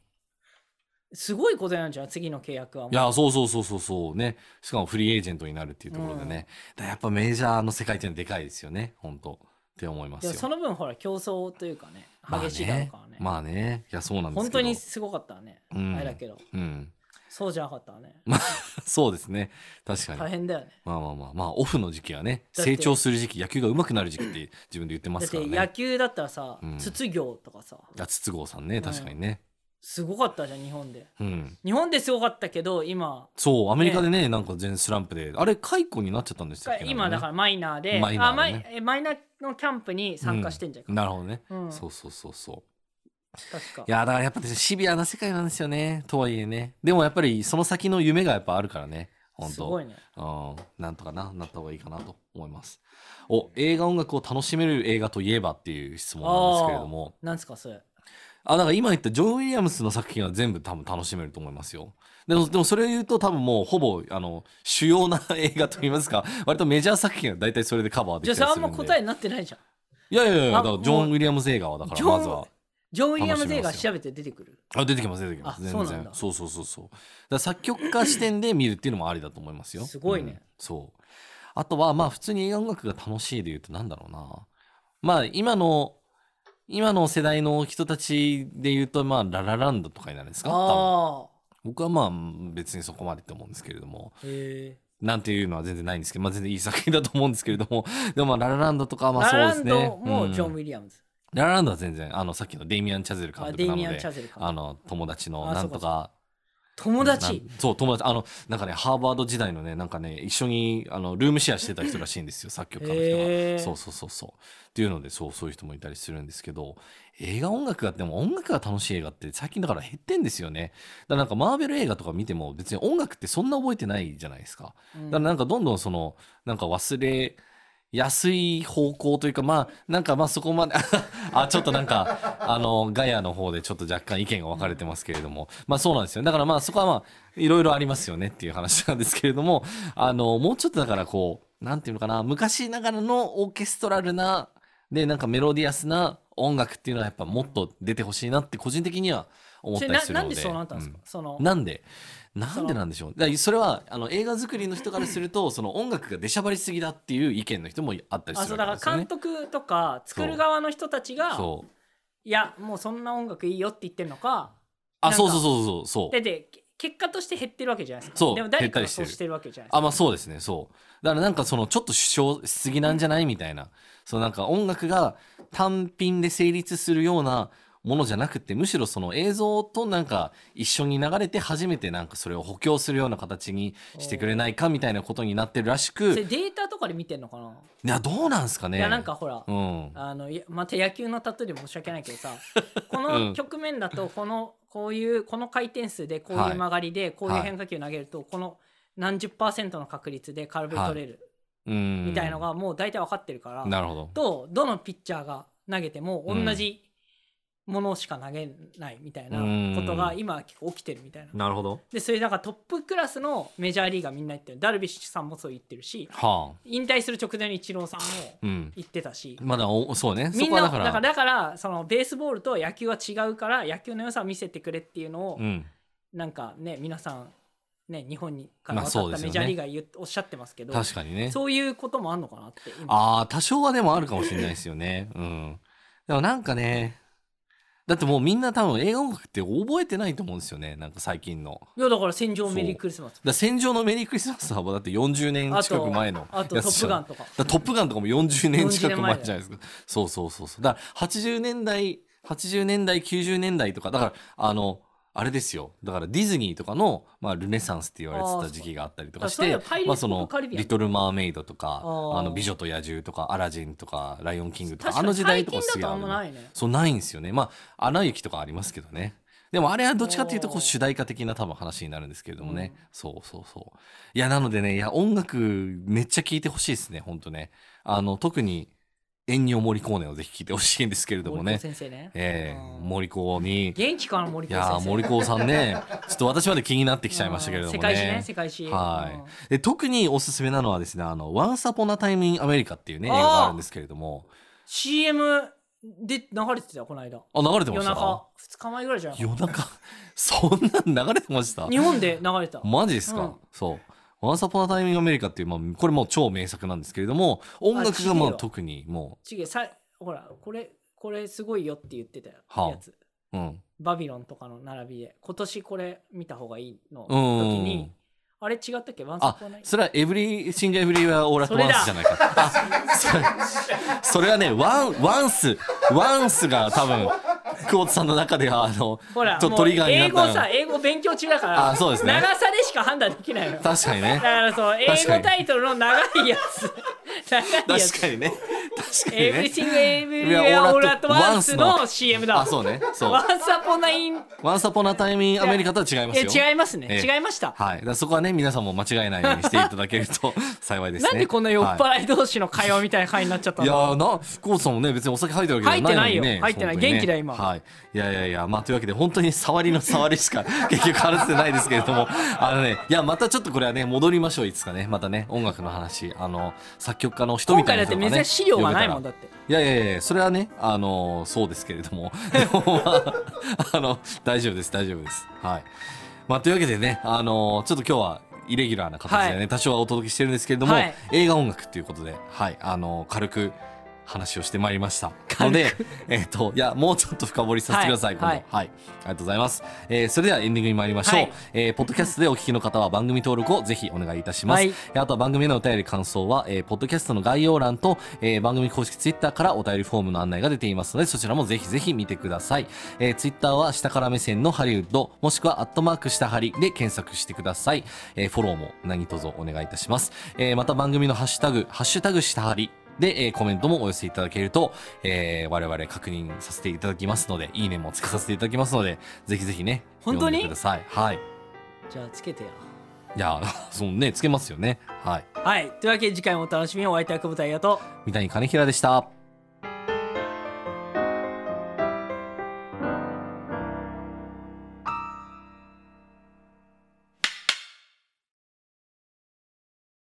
[SPEAKER 3] すごいことなんじゃん次の契約はもう
[SPEAKER 4] いや、そうそうそうそうそうね。しかもフリーエージェントになるっていうところでね。だからやっぱメジャーの世界っていうのはでかいですよね。本当って思います
[SPEAKER 3] で
[SPEAKER 4] よ。
[SPEAKER 3] もその分ほら競争というかね
[SPEAKER 4] まあね
[SPEAKER 3] 激しいだろうからね,、
[SPEAKER 4] まあね。いや、そうなんですけ
[SPEAKER 3] 本
[SPEAKER 4] ど。
[SPEAKER 3] 当にすごかったね、
[SPEAKER 4] うん
[SPEAKER 3] あれだけど
[SPEAKER 4] うん。
[SPEAKER 3] そうじゃなかったらね
[SPEAKER 4] そうですね。確かに。
[SPEAKER 3] 大変だよね
[SPEAKER 4] まあまあまあまあオフの時期はね
[SPEAKER 3] だって
[SPEAKER 4] 成長する時期野球が上手くなる時期って自分で言ってま
[SPEAKER 3] だっ
[SPEAKER 4] すか
[SPEAKER 3] て野
[SPEAKER 4] らね
[SPEAKER 3] 球だったらさ、
[SPEAKER 4] うん
[SPEAKER 3] 筒業とかさ
[SPEAKER 4] あ筒香さんね確かにね、
[SPEAKER 3] すごかったじゃん日本で
[SPEAKER 4] うん
[SPEAKER 3] 日本ですごかったけど今
[SPEAKER 4] そうアメリカでねなんか全スランプであれ解雇になっちゃったんでしたっけ
[SPEAKER 3] 今だから
[SPEAKER 4] ら
[SPEAKER 3] マイナーで
[SPEAKER 4] マイナー
[SPEAKER 3] あマ
[SPEAKER 4] ね
[SPEAKER 3] イえマイナーのキャンプに参加してんじゃんか、
[SPEAKER 4] なるほどね、
[SPEAKER 3] うん
[SPEAKER 4] そうそうそうそう
[SPEAKER 3] 確か
[SPEAKER 4] いやだからやっぱシビアな世界なんですよねとはいえねでもやっぱりその先の夢がやっぱあるからね本当
[SPEAKER 3] すごいね
[SPEAKER 4] うん、なんとかななった方がいいかなと思いますお映画音楽を楽しめる映画といえばっていう質問なんですけれども
[SPEAKER 3] なんですかそれ
[SPEAKER 4] あだから今言ったジョン・ウィリアムスの作品は全部多分楽しめると思いますよでもでもそれを言うと多分もうほぼあの主要な映画といいますか 割とメジャー作品は大体それでカバーで
[SPEAKER 3] じゃ
[SPEAKER 4] き
[SPEAKER 3] あ
[SPEAKER 4] た
[SPEAKER 3] それあん
[SPEAKER 4] りする
[SPEAKER 3] ま
[SPEAKER 4] んで
[SPEAKER 3] 答えになってないじゃん
[SPEAKER 4] いやいやいや
[SPEAKER 3] あ
[SPEAKER 4] だからジョン・ウィリアムス映画はだか
[SPEAKER 3] ジ
[SPEAKER 4] ら
[SPEAKER 3] ョン
[SPEAKER 4] まずは
[SPEAKER 3] ジョン・ウィリアムズ映画調べて出てくる
[SPEAKER 4] あ出てきます出てきます
[SPEAKER 3] あ
[SPEAKER 4] 全
[SPEAKER 3] そう
[SPEAKER 4] 然
[SPEAKER 3] なんだ
[SPEAKER 4] そうそうそうそうだから作曲家視点で見るっていうのもありだと思いますよ
[SPEAKER 3] すごいね
[SPEAKER 4] うんそうあとはまあ普通に映画音楽が楽しいで言うとなんだろうなまあ今の今の世代の人たちで言うとまあララランドとかになるんですか多分
[SPEAKER 3] ああ
[SPEAKER 4] 僕はまあ別にそこまでと思うんですけれども
[SPEAKER 3] へえ
[SPEAKER 4] なんていうのは全然ないんですけどまあ全然いい作品だと思うんですけれども でもまあララランドとかはまあ
[SPEAKER 3] ラ
[SPEAKER 4] そう
[SPEAKER 3] ラ
[SPEAKER 4] で
[SPEAKER 3] ラ
[SPEAKER 4] す
[SPEAKER 3] ン
[SPEAKER 4] ね
[SPEAKER 3] ドもジョン・
[SPEAKER 4] う
[SPEAKER 3] ウ
[SPEAKER 4] ん
[SPEAKER 3] ィリアムズ
[SPEAKER 4] ララランドは全然あのさっきのデイミアン・チャゼル監
[SPEAKER 3] あ
[SPEAKER 4] 督
[SPEAKER 3] デイ
[SPEAKER 4] なの
[SPEAKER 3] ミ
[SPEAKER 4] で
[SPEAKER 3] アン・チャゼルか
[SPEAKER 4] あの友達の
[SPEAKER 3] あ
[SPEAKER 4] なんとか
[SPEAKER 3] 友達
[SPEAKER 4] なんそう友達あのなんかねハーバード時代のねなんかね一緒にあのルームシェアしてた人らしいん ですよ作曲家の人が、
[SPEAKER 3] へー
[SPEAKER 4] そうそうそうそうっていうのでそうそういう人もいたりするんですけど映画音楽がでも音楽が楽しい映画って最近だから減ってんですよねだからなんかマーベル映画とか見ても別に音楽ってそんな覚えてないじゃないですか
[SPEAKER 3] うん
[SPEAKER 4] だからなんかどんどんそのなんか忘れやすい方向というかまあなんかまあそこまで あちょっとなんかあのガヤの方でちょっと若干意見が分かれてますけれどもまあそうなんですよだからまあそこはまあいろいろありますよねっていう話なんですけれどもあのもうちょっとだからこうなんていうのかな昔ながらのオーケストラルなでなんかメロディアスな音楽っていうのはやっぱもっと出てほしいなって個人的には思っ
[SPEAKER 3] そ
[SPEAKER 4] た
[SPEAKER 3] れ
[SPEAKER 4] り
[SPEAKER 3] な
[SPEAKER 4] するので
[SPEAKER 3] なんでそうなったんですか、その
[SPEAKER 4] なんでなんでなんでしょうだからそれはあの映画作りの人からするとその音楽が出しゃばりすぎだっていう意見の人もあったり
[SPEAKER 3] あ
[SPEAKER 4] す
[SPEAKER 3] そうだ
[SPEAKER 4] るわけ
[SPEAKER 3] か
[SPEAKER 4] ですよ
[SPEAKER 3] ら監
[SPEAKER 4] ね。
[SPEAKER 3] 督とか作る側の人たちが
[SPEAKER 4] そう
[SPEAKER 3] いやもうそんな音楽いいよって言ってるのか
[SPEAKER 4] あ
[SPEAKER 3] なんか
[SPEAKER 4] そうそうそうそうそう
[SPEAKER 3] ででけ結果として減ってるわけじゃないですか
[SPEAKER 4] そう
[SPEAKER 3] でも誰か
[SPEAKER 4] 減
[SPEAKER 3] が
[SPEAKER 4] った
[SPEAKER 3] そう
[SPEAKER 4] りしてる
[SPEAKER 3] してるわけじゃないですか
[SPEAKER 4] あまあそうですねそうだからなんかそのちょっと主張しすぎなんじゃないみたいなそうなんか音楽が単品で成立するようなものじゃなくてむしろその映像となんか一緒に流れて初めてなんかそれを補強するような形にしてくれないかみたいなことになってるらし
[SPEAKER 3] それデ
[SPEAKER 4] く
[SPEAKER 3] ータとかで見てんのかな、
[SPEAKER 4] いやどうなんすかね
[SPEAKER 3] いやなんかほら、
[SPEAKER 4] うん
[SPEAKER 3] あのいやまた野球の例えで申し訳ないけ どさこ
[SPEAKER 4] う
[SPEAKER 3] の
[SPEAKER 4] ん
[SPEAKER 3] 局面だとこのこういうこの回転数でこういう
[SPEAKER 4] はい
[SPEAKER 3] 曲がりでこういう
[SPEAKER 4] はい
[SPEAKER 3] 変化球投げるとこの何十パーセントの確率で空振り取れる
[SPEAKER 4] み
[SPEAKER 3] みたいのがもう大体分かってるから、
[SPEAKER 4] なるほど。
[SPEAKER 3] とどのピッチャーが投げても
[SPEAKER 4] うん
[SPEAKER 3] 同じものしか投げないみたいなことが
[SPEAKER 4] うん
[SPEAKER 3] 今結構起きてるみたいな。
[SPEAKER 4] なるほど。
[SPEAKER 3] でそれだからトップクラスのメジャーリーガーみんな言ってるダルビッシュさんもそう言ってるし
[SPEAKER 4] はあ。
[SPEAKER 3] 引退する直前にイチローさんも
[SPEAKER 4] うん。
[SPEAKER 3] 言ってたし
[SPEAKER 4] まだおそうね。
[SPEAKER 3] みん
[SPEAKER 4] そこは
[SPEAKER 3] な
[SPEAKER 4] だ
[SPEAKER 3] だ
[SPEAKER 4] か。
[SPEAKER 3] かららだからそのベースボールと野球は違うから野球の良さを見せてくれっていうのを、
[SPEAKER 4] うん。
[SPEAKER 3] なんかね皆さんね日本にから
[SPEAKER 4] まあ
[SPEAKER 3] 渡
[SPEAKER 4] そ
[SPEAKER 3] っ
[SPEAKER 4] うで
[SPEAKER 3] た
[SPEAKER 4] すよ
[SPEAKER 3] メ
[SPEAKER 4] ね
[SPEAKER 3] ジャーリーガー言うおっしゃってますけど、
[SPEAKER 4] 確かにね。
[SPEAKER 3] そういうこともあんのかなって今
[SPEAKER 4] ああ、多少はでもあるかもしれないですよね。うん。でもなんかね、だってもうみんな多分映画音楽って覚えてないと思うんですよね。なんか最近の。だか
[SPEAKER 3] いやだから戦場メリークリスマス
[SPEAKER 4] ら戦場のメリークリスマスはもうだって40年
[SPEAKER 3] あ
[SPEAKER 4] 近く
[SPEAKER 3] と
[SPEAKER 4] 前の
[SPEAKER 3] あと「ト
[SPEAKER 4] やつ
[SPEAKER 3] ッ
[SPEAKER 4] じ
[SPEAKER 3] プ
[SPEAKER 4] ゃん
[SPEAKER 3] ガン」とか
[SPEAKER 4] だからトップガンとかも40年近
[SPEAKER 3] 40年
[SPEAKER 4] く
[SPEAKER 3] 前
[SPEAKER 4] 前
[SPEAKER 3] だよ
[SPEAKER 4] じゃないですか。そうそうそうそう。だから80年代、80年代、90年代とか、だから、あの、あれですよ。だからディズニーとかの、まあ、ルネサンスって言われてた時期があったりとかし
[SPEAKER 3] あそう
[SPEAKER 4] て
[SPEAKER 3] だからそういうのパイレーツ
[SPEAKER 4] まあそ
[SPEAKER 3] オブ
[SPEAKER 4] の
[SPEAKER 3] カリ、ビアン
[SPEAKER 4] リトル・マーメイドとか、
[SPEAKER 3] あー
[SPEAKER 4] あの、美女と野獣とか、アラジンとか、ライオンキングと
[SPEAKER 3] 確か
[SPEAKER 4] か、あ
[SPEAKER 3] に
[SPEAKER 4] の時
[SPEAKER 3] 最
[SPEAKER 4] 代とかす
[SPEAKER 3] 近
[SPEAKER 4] げえ
[SPEAKER 3] だと
[SPEAKER 4] あ
[SPEAKER 3] あ
[SPEAKER 4] る
[SPEAKER 3] んまないね
[SPEAKER 4] そう、ないんですよね。まあ、アナ雪とかありますけどね。でもあれはどっちかっていうとこ
[SPEAKER 3] お
[SPEAKER 4] う
[SPEAKER 3] ー
[SPEAKER 4] 主題歌的な多分話になるんですけれどもね、
[SPEAKER 3] う
[SPEAKER 4] そうそうそういやなのでねいや音楽めっちゃ聴いてほしいですねほんとねあの特にエンニオ・モリコーネをぜひ聴いてほしいんですけれども
[SPEAKER 3] 森
[SPEAKER 4] ね
[SPEAKER 3] 子先生ね、
[SPEAKER 4] ええ
[SPEAKER 3] うん
[SPEAKER 4] モリコーにい
[SPEAKER 3] 元気かな森子先
[SPEAKER 4] や
[SPEAKER 3] 生
[SPEAKER 4] ー森コーさ んねちょっと私まで気になってきちゃいましたけれどもね
[SPEAKER 3] うん世界史ね世界史
[SPEAKER 4] はい
[SPEAKER 3] うん
[SPEAKER 4] で特におすすめなのはですね「あの Once Upon a Time in America」っていうね映画があるんですけれども
[SPEAKER 3] CM で流れてたよこの間
[SPEAKER 4] あ流れてま
[SPEAKER 3] 夜
[SPEAKER 4] した
[SPEAKER 3] 中2日前ぐらいじゃない
[SPEAKER 4] 夜中 そんなん流れてました
[SPEAKER 3] 日本で流れてた
[SPEAKER 4] マジですか、
[SPEAKER 3] うん
[SPEAKER 4] そう。Once Upon a Time in America っていう、まあ、これもう超名作なんですけれども、音楽が
[SPEAKER 3] あ違え
[SPEAKER 4] まあ
[SPEAKER 3] わ
[SPEAKER 4] 特にも
[SPEAKER 3] ちげさほらこれこれすごいよって言ってたや
[SPEAKER 4] はあ
[SPEAKER 3] つ
[SPEAKER 4] う、うん。
[SPEAKER 3] バビロンとかの並びで今年これ見た方がいいの
[SPEAKER 4] うん
[SPEAKER 3] 時にあれ違ったっけワンサ
[SPEAKER 4] あ
[SPEAKER 3] ポナイ、
[SPEAKER 4] それはエブリシングエブリはオーラトワンスじゃないか。あ それそれはね、ワン、ワンス、ワンスが多分、クォーツさんの中では、あの、
[SPEAKER 3] ほら
[SPEAKER 4] ちょっと
[SPEAKER 3] も
[SPEAKER 4] ト
[SPEAKER 3] う
[SPEAKER 4] リガーにな
[SPEAKER 3] 英
[SPEAKER 4] っ
[SPEAKER 3] 語
[SPEAKER 4] た
[SPEAKER 3] さ英語勉強中だから
[SPEAKER 4] あそうですね
[SPEAKER 3] 長さでしか判断できないのだ
[SPEAKER 4] 確かにね。
[SPEAKER 3] からそう英
[SPEAKER 4] 確か
[SPEAKER 3] 語
[SPEAKER 4] に
[SPEAKER 3] タイトルの長いやつ長いやつ
[SPEAKER 4] 確かにね。確かにね
[SPEAKER 3] Everything Everywhere All at Once の CM だ
[SPEAKER 4] あそうねそう
[SPEAKER 3] ワンサポナイン
[SPEAKER 4] ワンサポナタイミンアメリカとは違いますよ
[SPEAKER 3] いや違いますね、
[SPEAKER 4] ええ
[SPEAKER 3] 違いました、
[SPEAKER 4] はい、だからそこはね皆さんも間違えないようにしていただける と幸いですね。
[SPEAKER 3] なんでこんな酔っ
[SPEAKER 4] は
[SPEAKER 3] 払い同士の会話みたいな会になっちゃった
[SPEAKER 4] いいや
[SPEAKER 3] の、
[SPEAKER 4] ーな福本さんもね別にお酒入ってるわけじゃないのにね
[SPEAKER 3] 入ってないよ入ってない
[SPEAKER 4] 本当にね
[SPEAKER 3] 元気だよ今
[SPEAKER 4] はいいやいやいやまあというわけで本当に触りの触りしか 結局話してないですけれどもあのねいやまたちょっとこれはね戻りましょういつかねまたね音楽の話あの作曲家の人み
[SPEAKER 3] 今
[SPEAKER 4] たい
[SPEAKER 3] 回だ
[SPEAKER 4] な
[SPEAKER 3] って
[SPEAKER 4] 人が
[SPEAKER 3] 珍
[SPEAKER 4] ね
[SPEAKER 3] しい資料がないもん
[SPEAKER 4] 呼べた
[SPEAKER 3] だ
[SPEAKER 4] ら
[SPEAKER 3] って
[SPEAKER 4] いやいやいやそれはねあのそうですけれ どもでもまああの大丈夫です大丈夫ですはいまあというわけでねあのちょっと今日はイレギュラーな形でね、
[SPEAKER 3] はい
[SPEAKER 4] 多少はお届けしてるんですけれども、
[SPEAKER 3] はい
[SPEAKER 4] 映画音楽ということではいあの軽く話をしてまいりました
[SPEAKER 3] 軽
[SPEAKER 4] の
[SPEAKER 3] く
[SPEAKER 4] でえっ、といやもうちょっと深掘りさせてください、
[SPEAKER 3] はいは
[SPEAKER 4] 今度
[SPEAKER 3] い
[SPEAKER 4] はい、ありがとうございます、えーそれではエンディングに参りましょう、
[SPEAKER 3] はい
[SPEAKER 4] えーポッドキャストでお聞きの方は番組登録をぜひお願いいたします、
[SPEAKER 3] はい
[SPEAKER 4] えーあとは番組へのお便り感想は、えーポッドキャストの概要欄と、えー番組公式ツイッターからお便りフォームの案内が出ていますのでそちらもぜひぜひ見てください、えツイッター Twitter は下から目線のハリウッドもしくはアットマーク下ハリで検索してください、えーフォローも何卒お願いいたします、えーまた番組のハッシュタグハッシュタグ下ハリで、えーコメントもお寄せいただけると、えー我々確認させていただきますので、いいねもつけさせていただきますので、ぜひぜひね、
[SPEAKER 3] 本当に
[SPEAKER 4] 読んでください。はい。
[SPEAKER 3] じゃあつけてよ
[SPEAKER 4] いや、 そうね、つけますよね。はい。
[SPEAKER 3] はいというわけで次回もお楽しみにお会いいたい久保田彩と
[SPEAKER 4] 三谷金平でした。